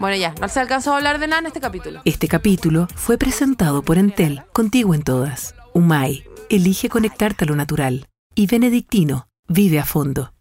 Speaker 3: Bueno, ya, no se alcanzó a hablar de nada en este capítulo.
Speaker 1: Este capítulo fue presentado por Entel, contigo en todas. Umay, elige conectarte a lo natural. Y Benedictino, vive a fondo.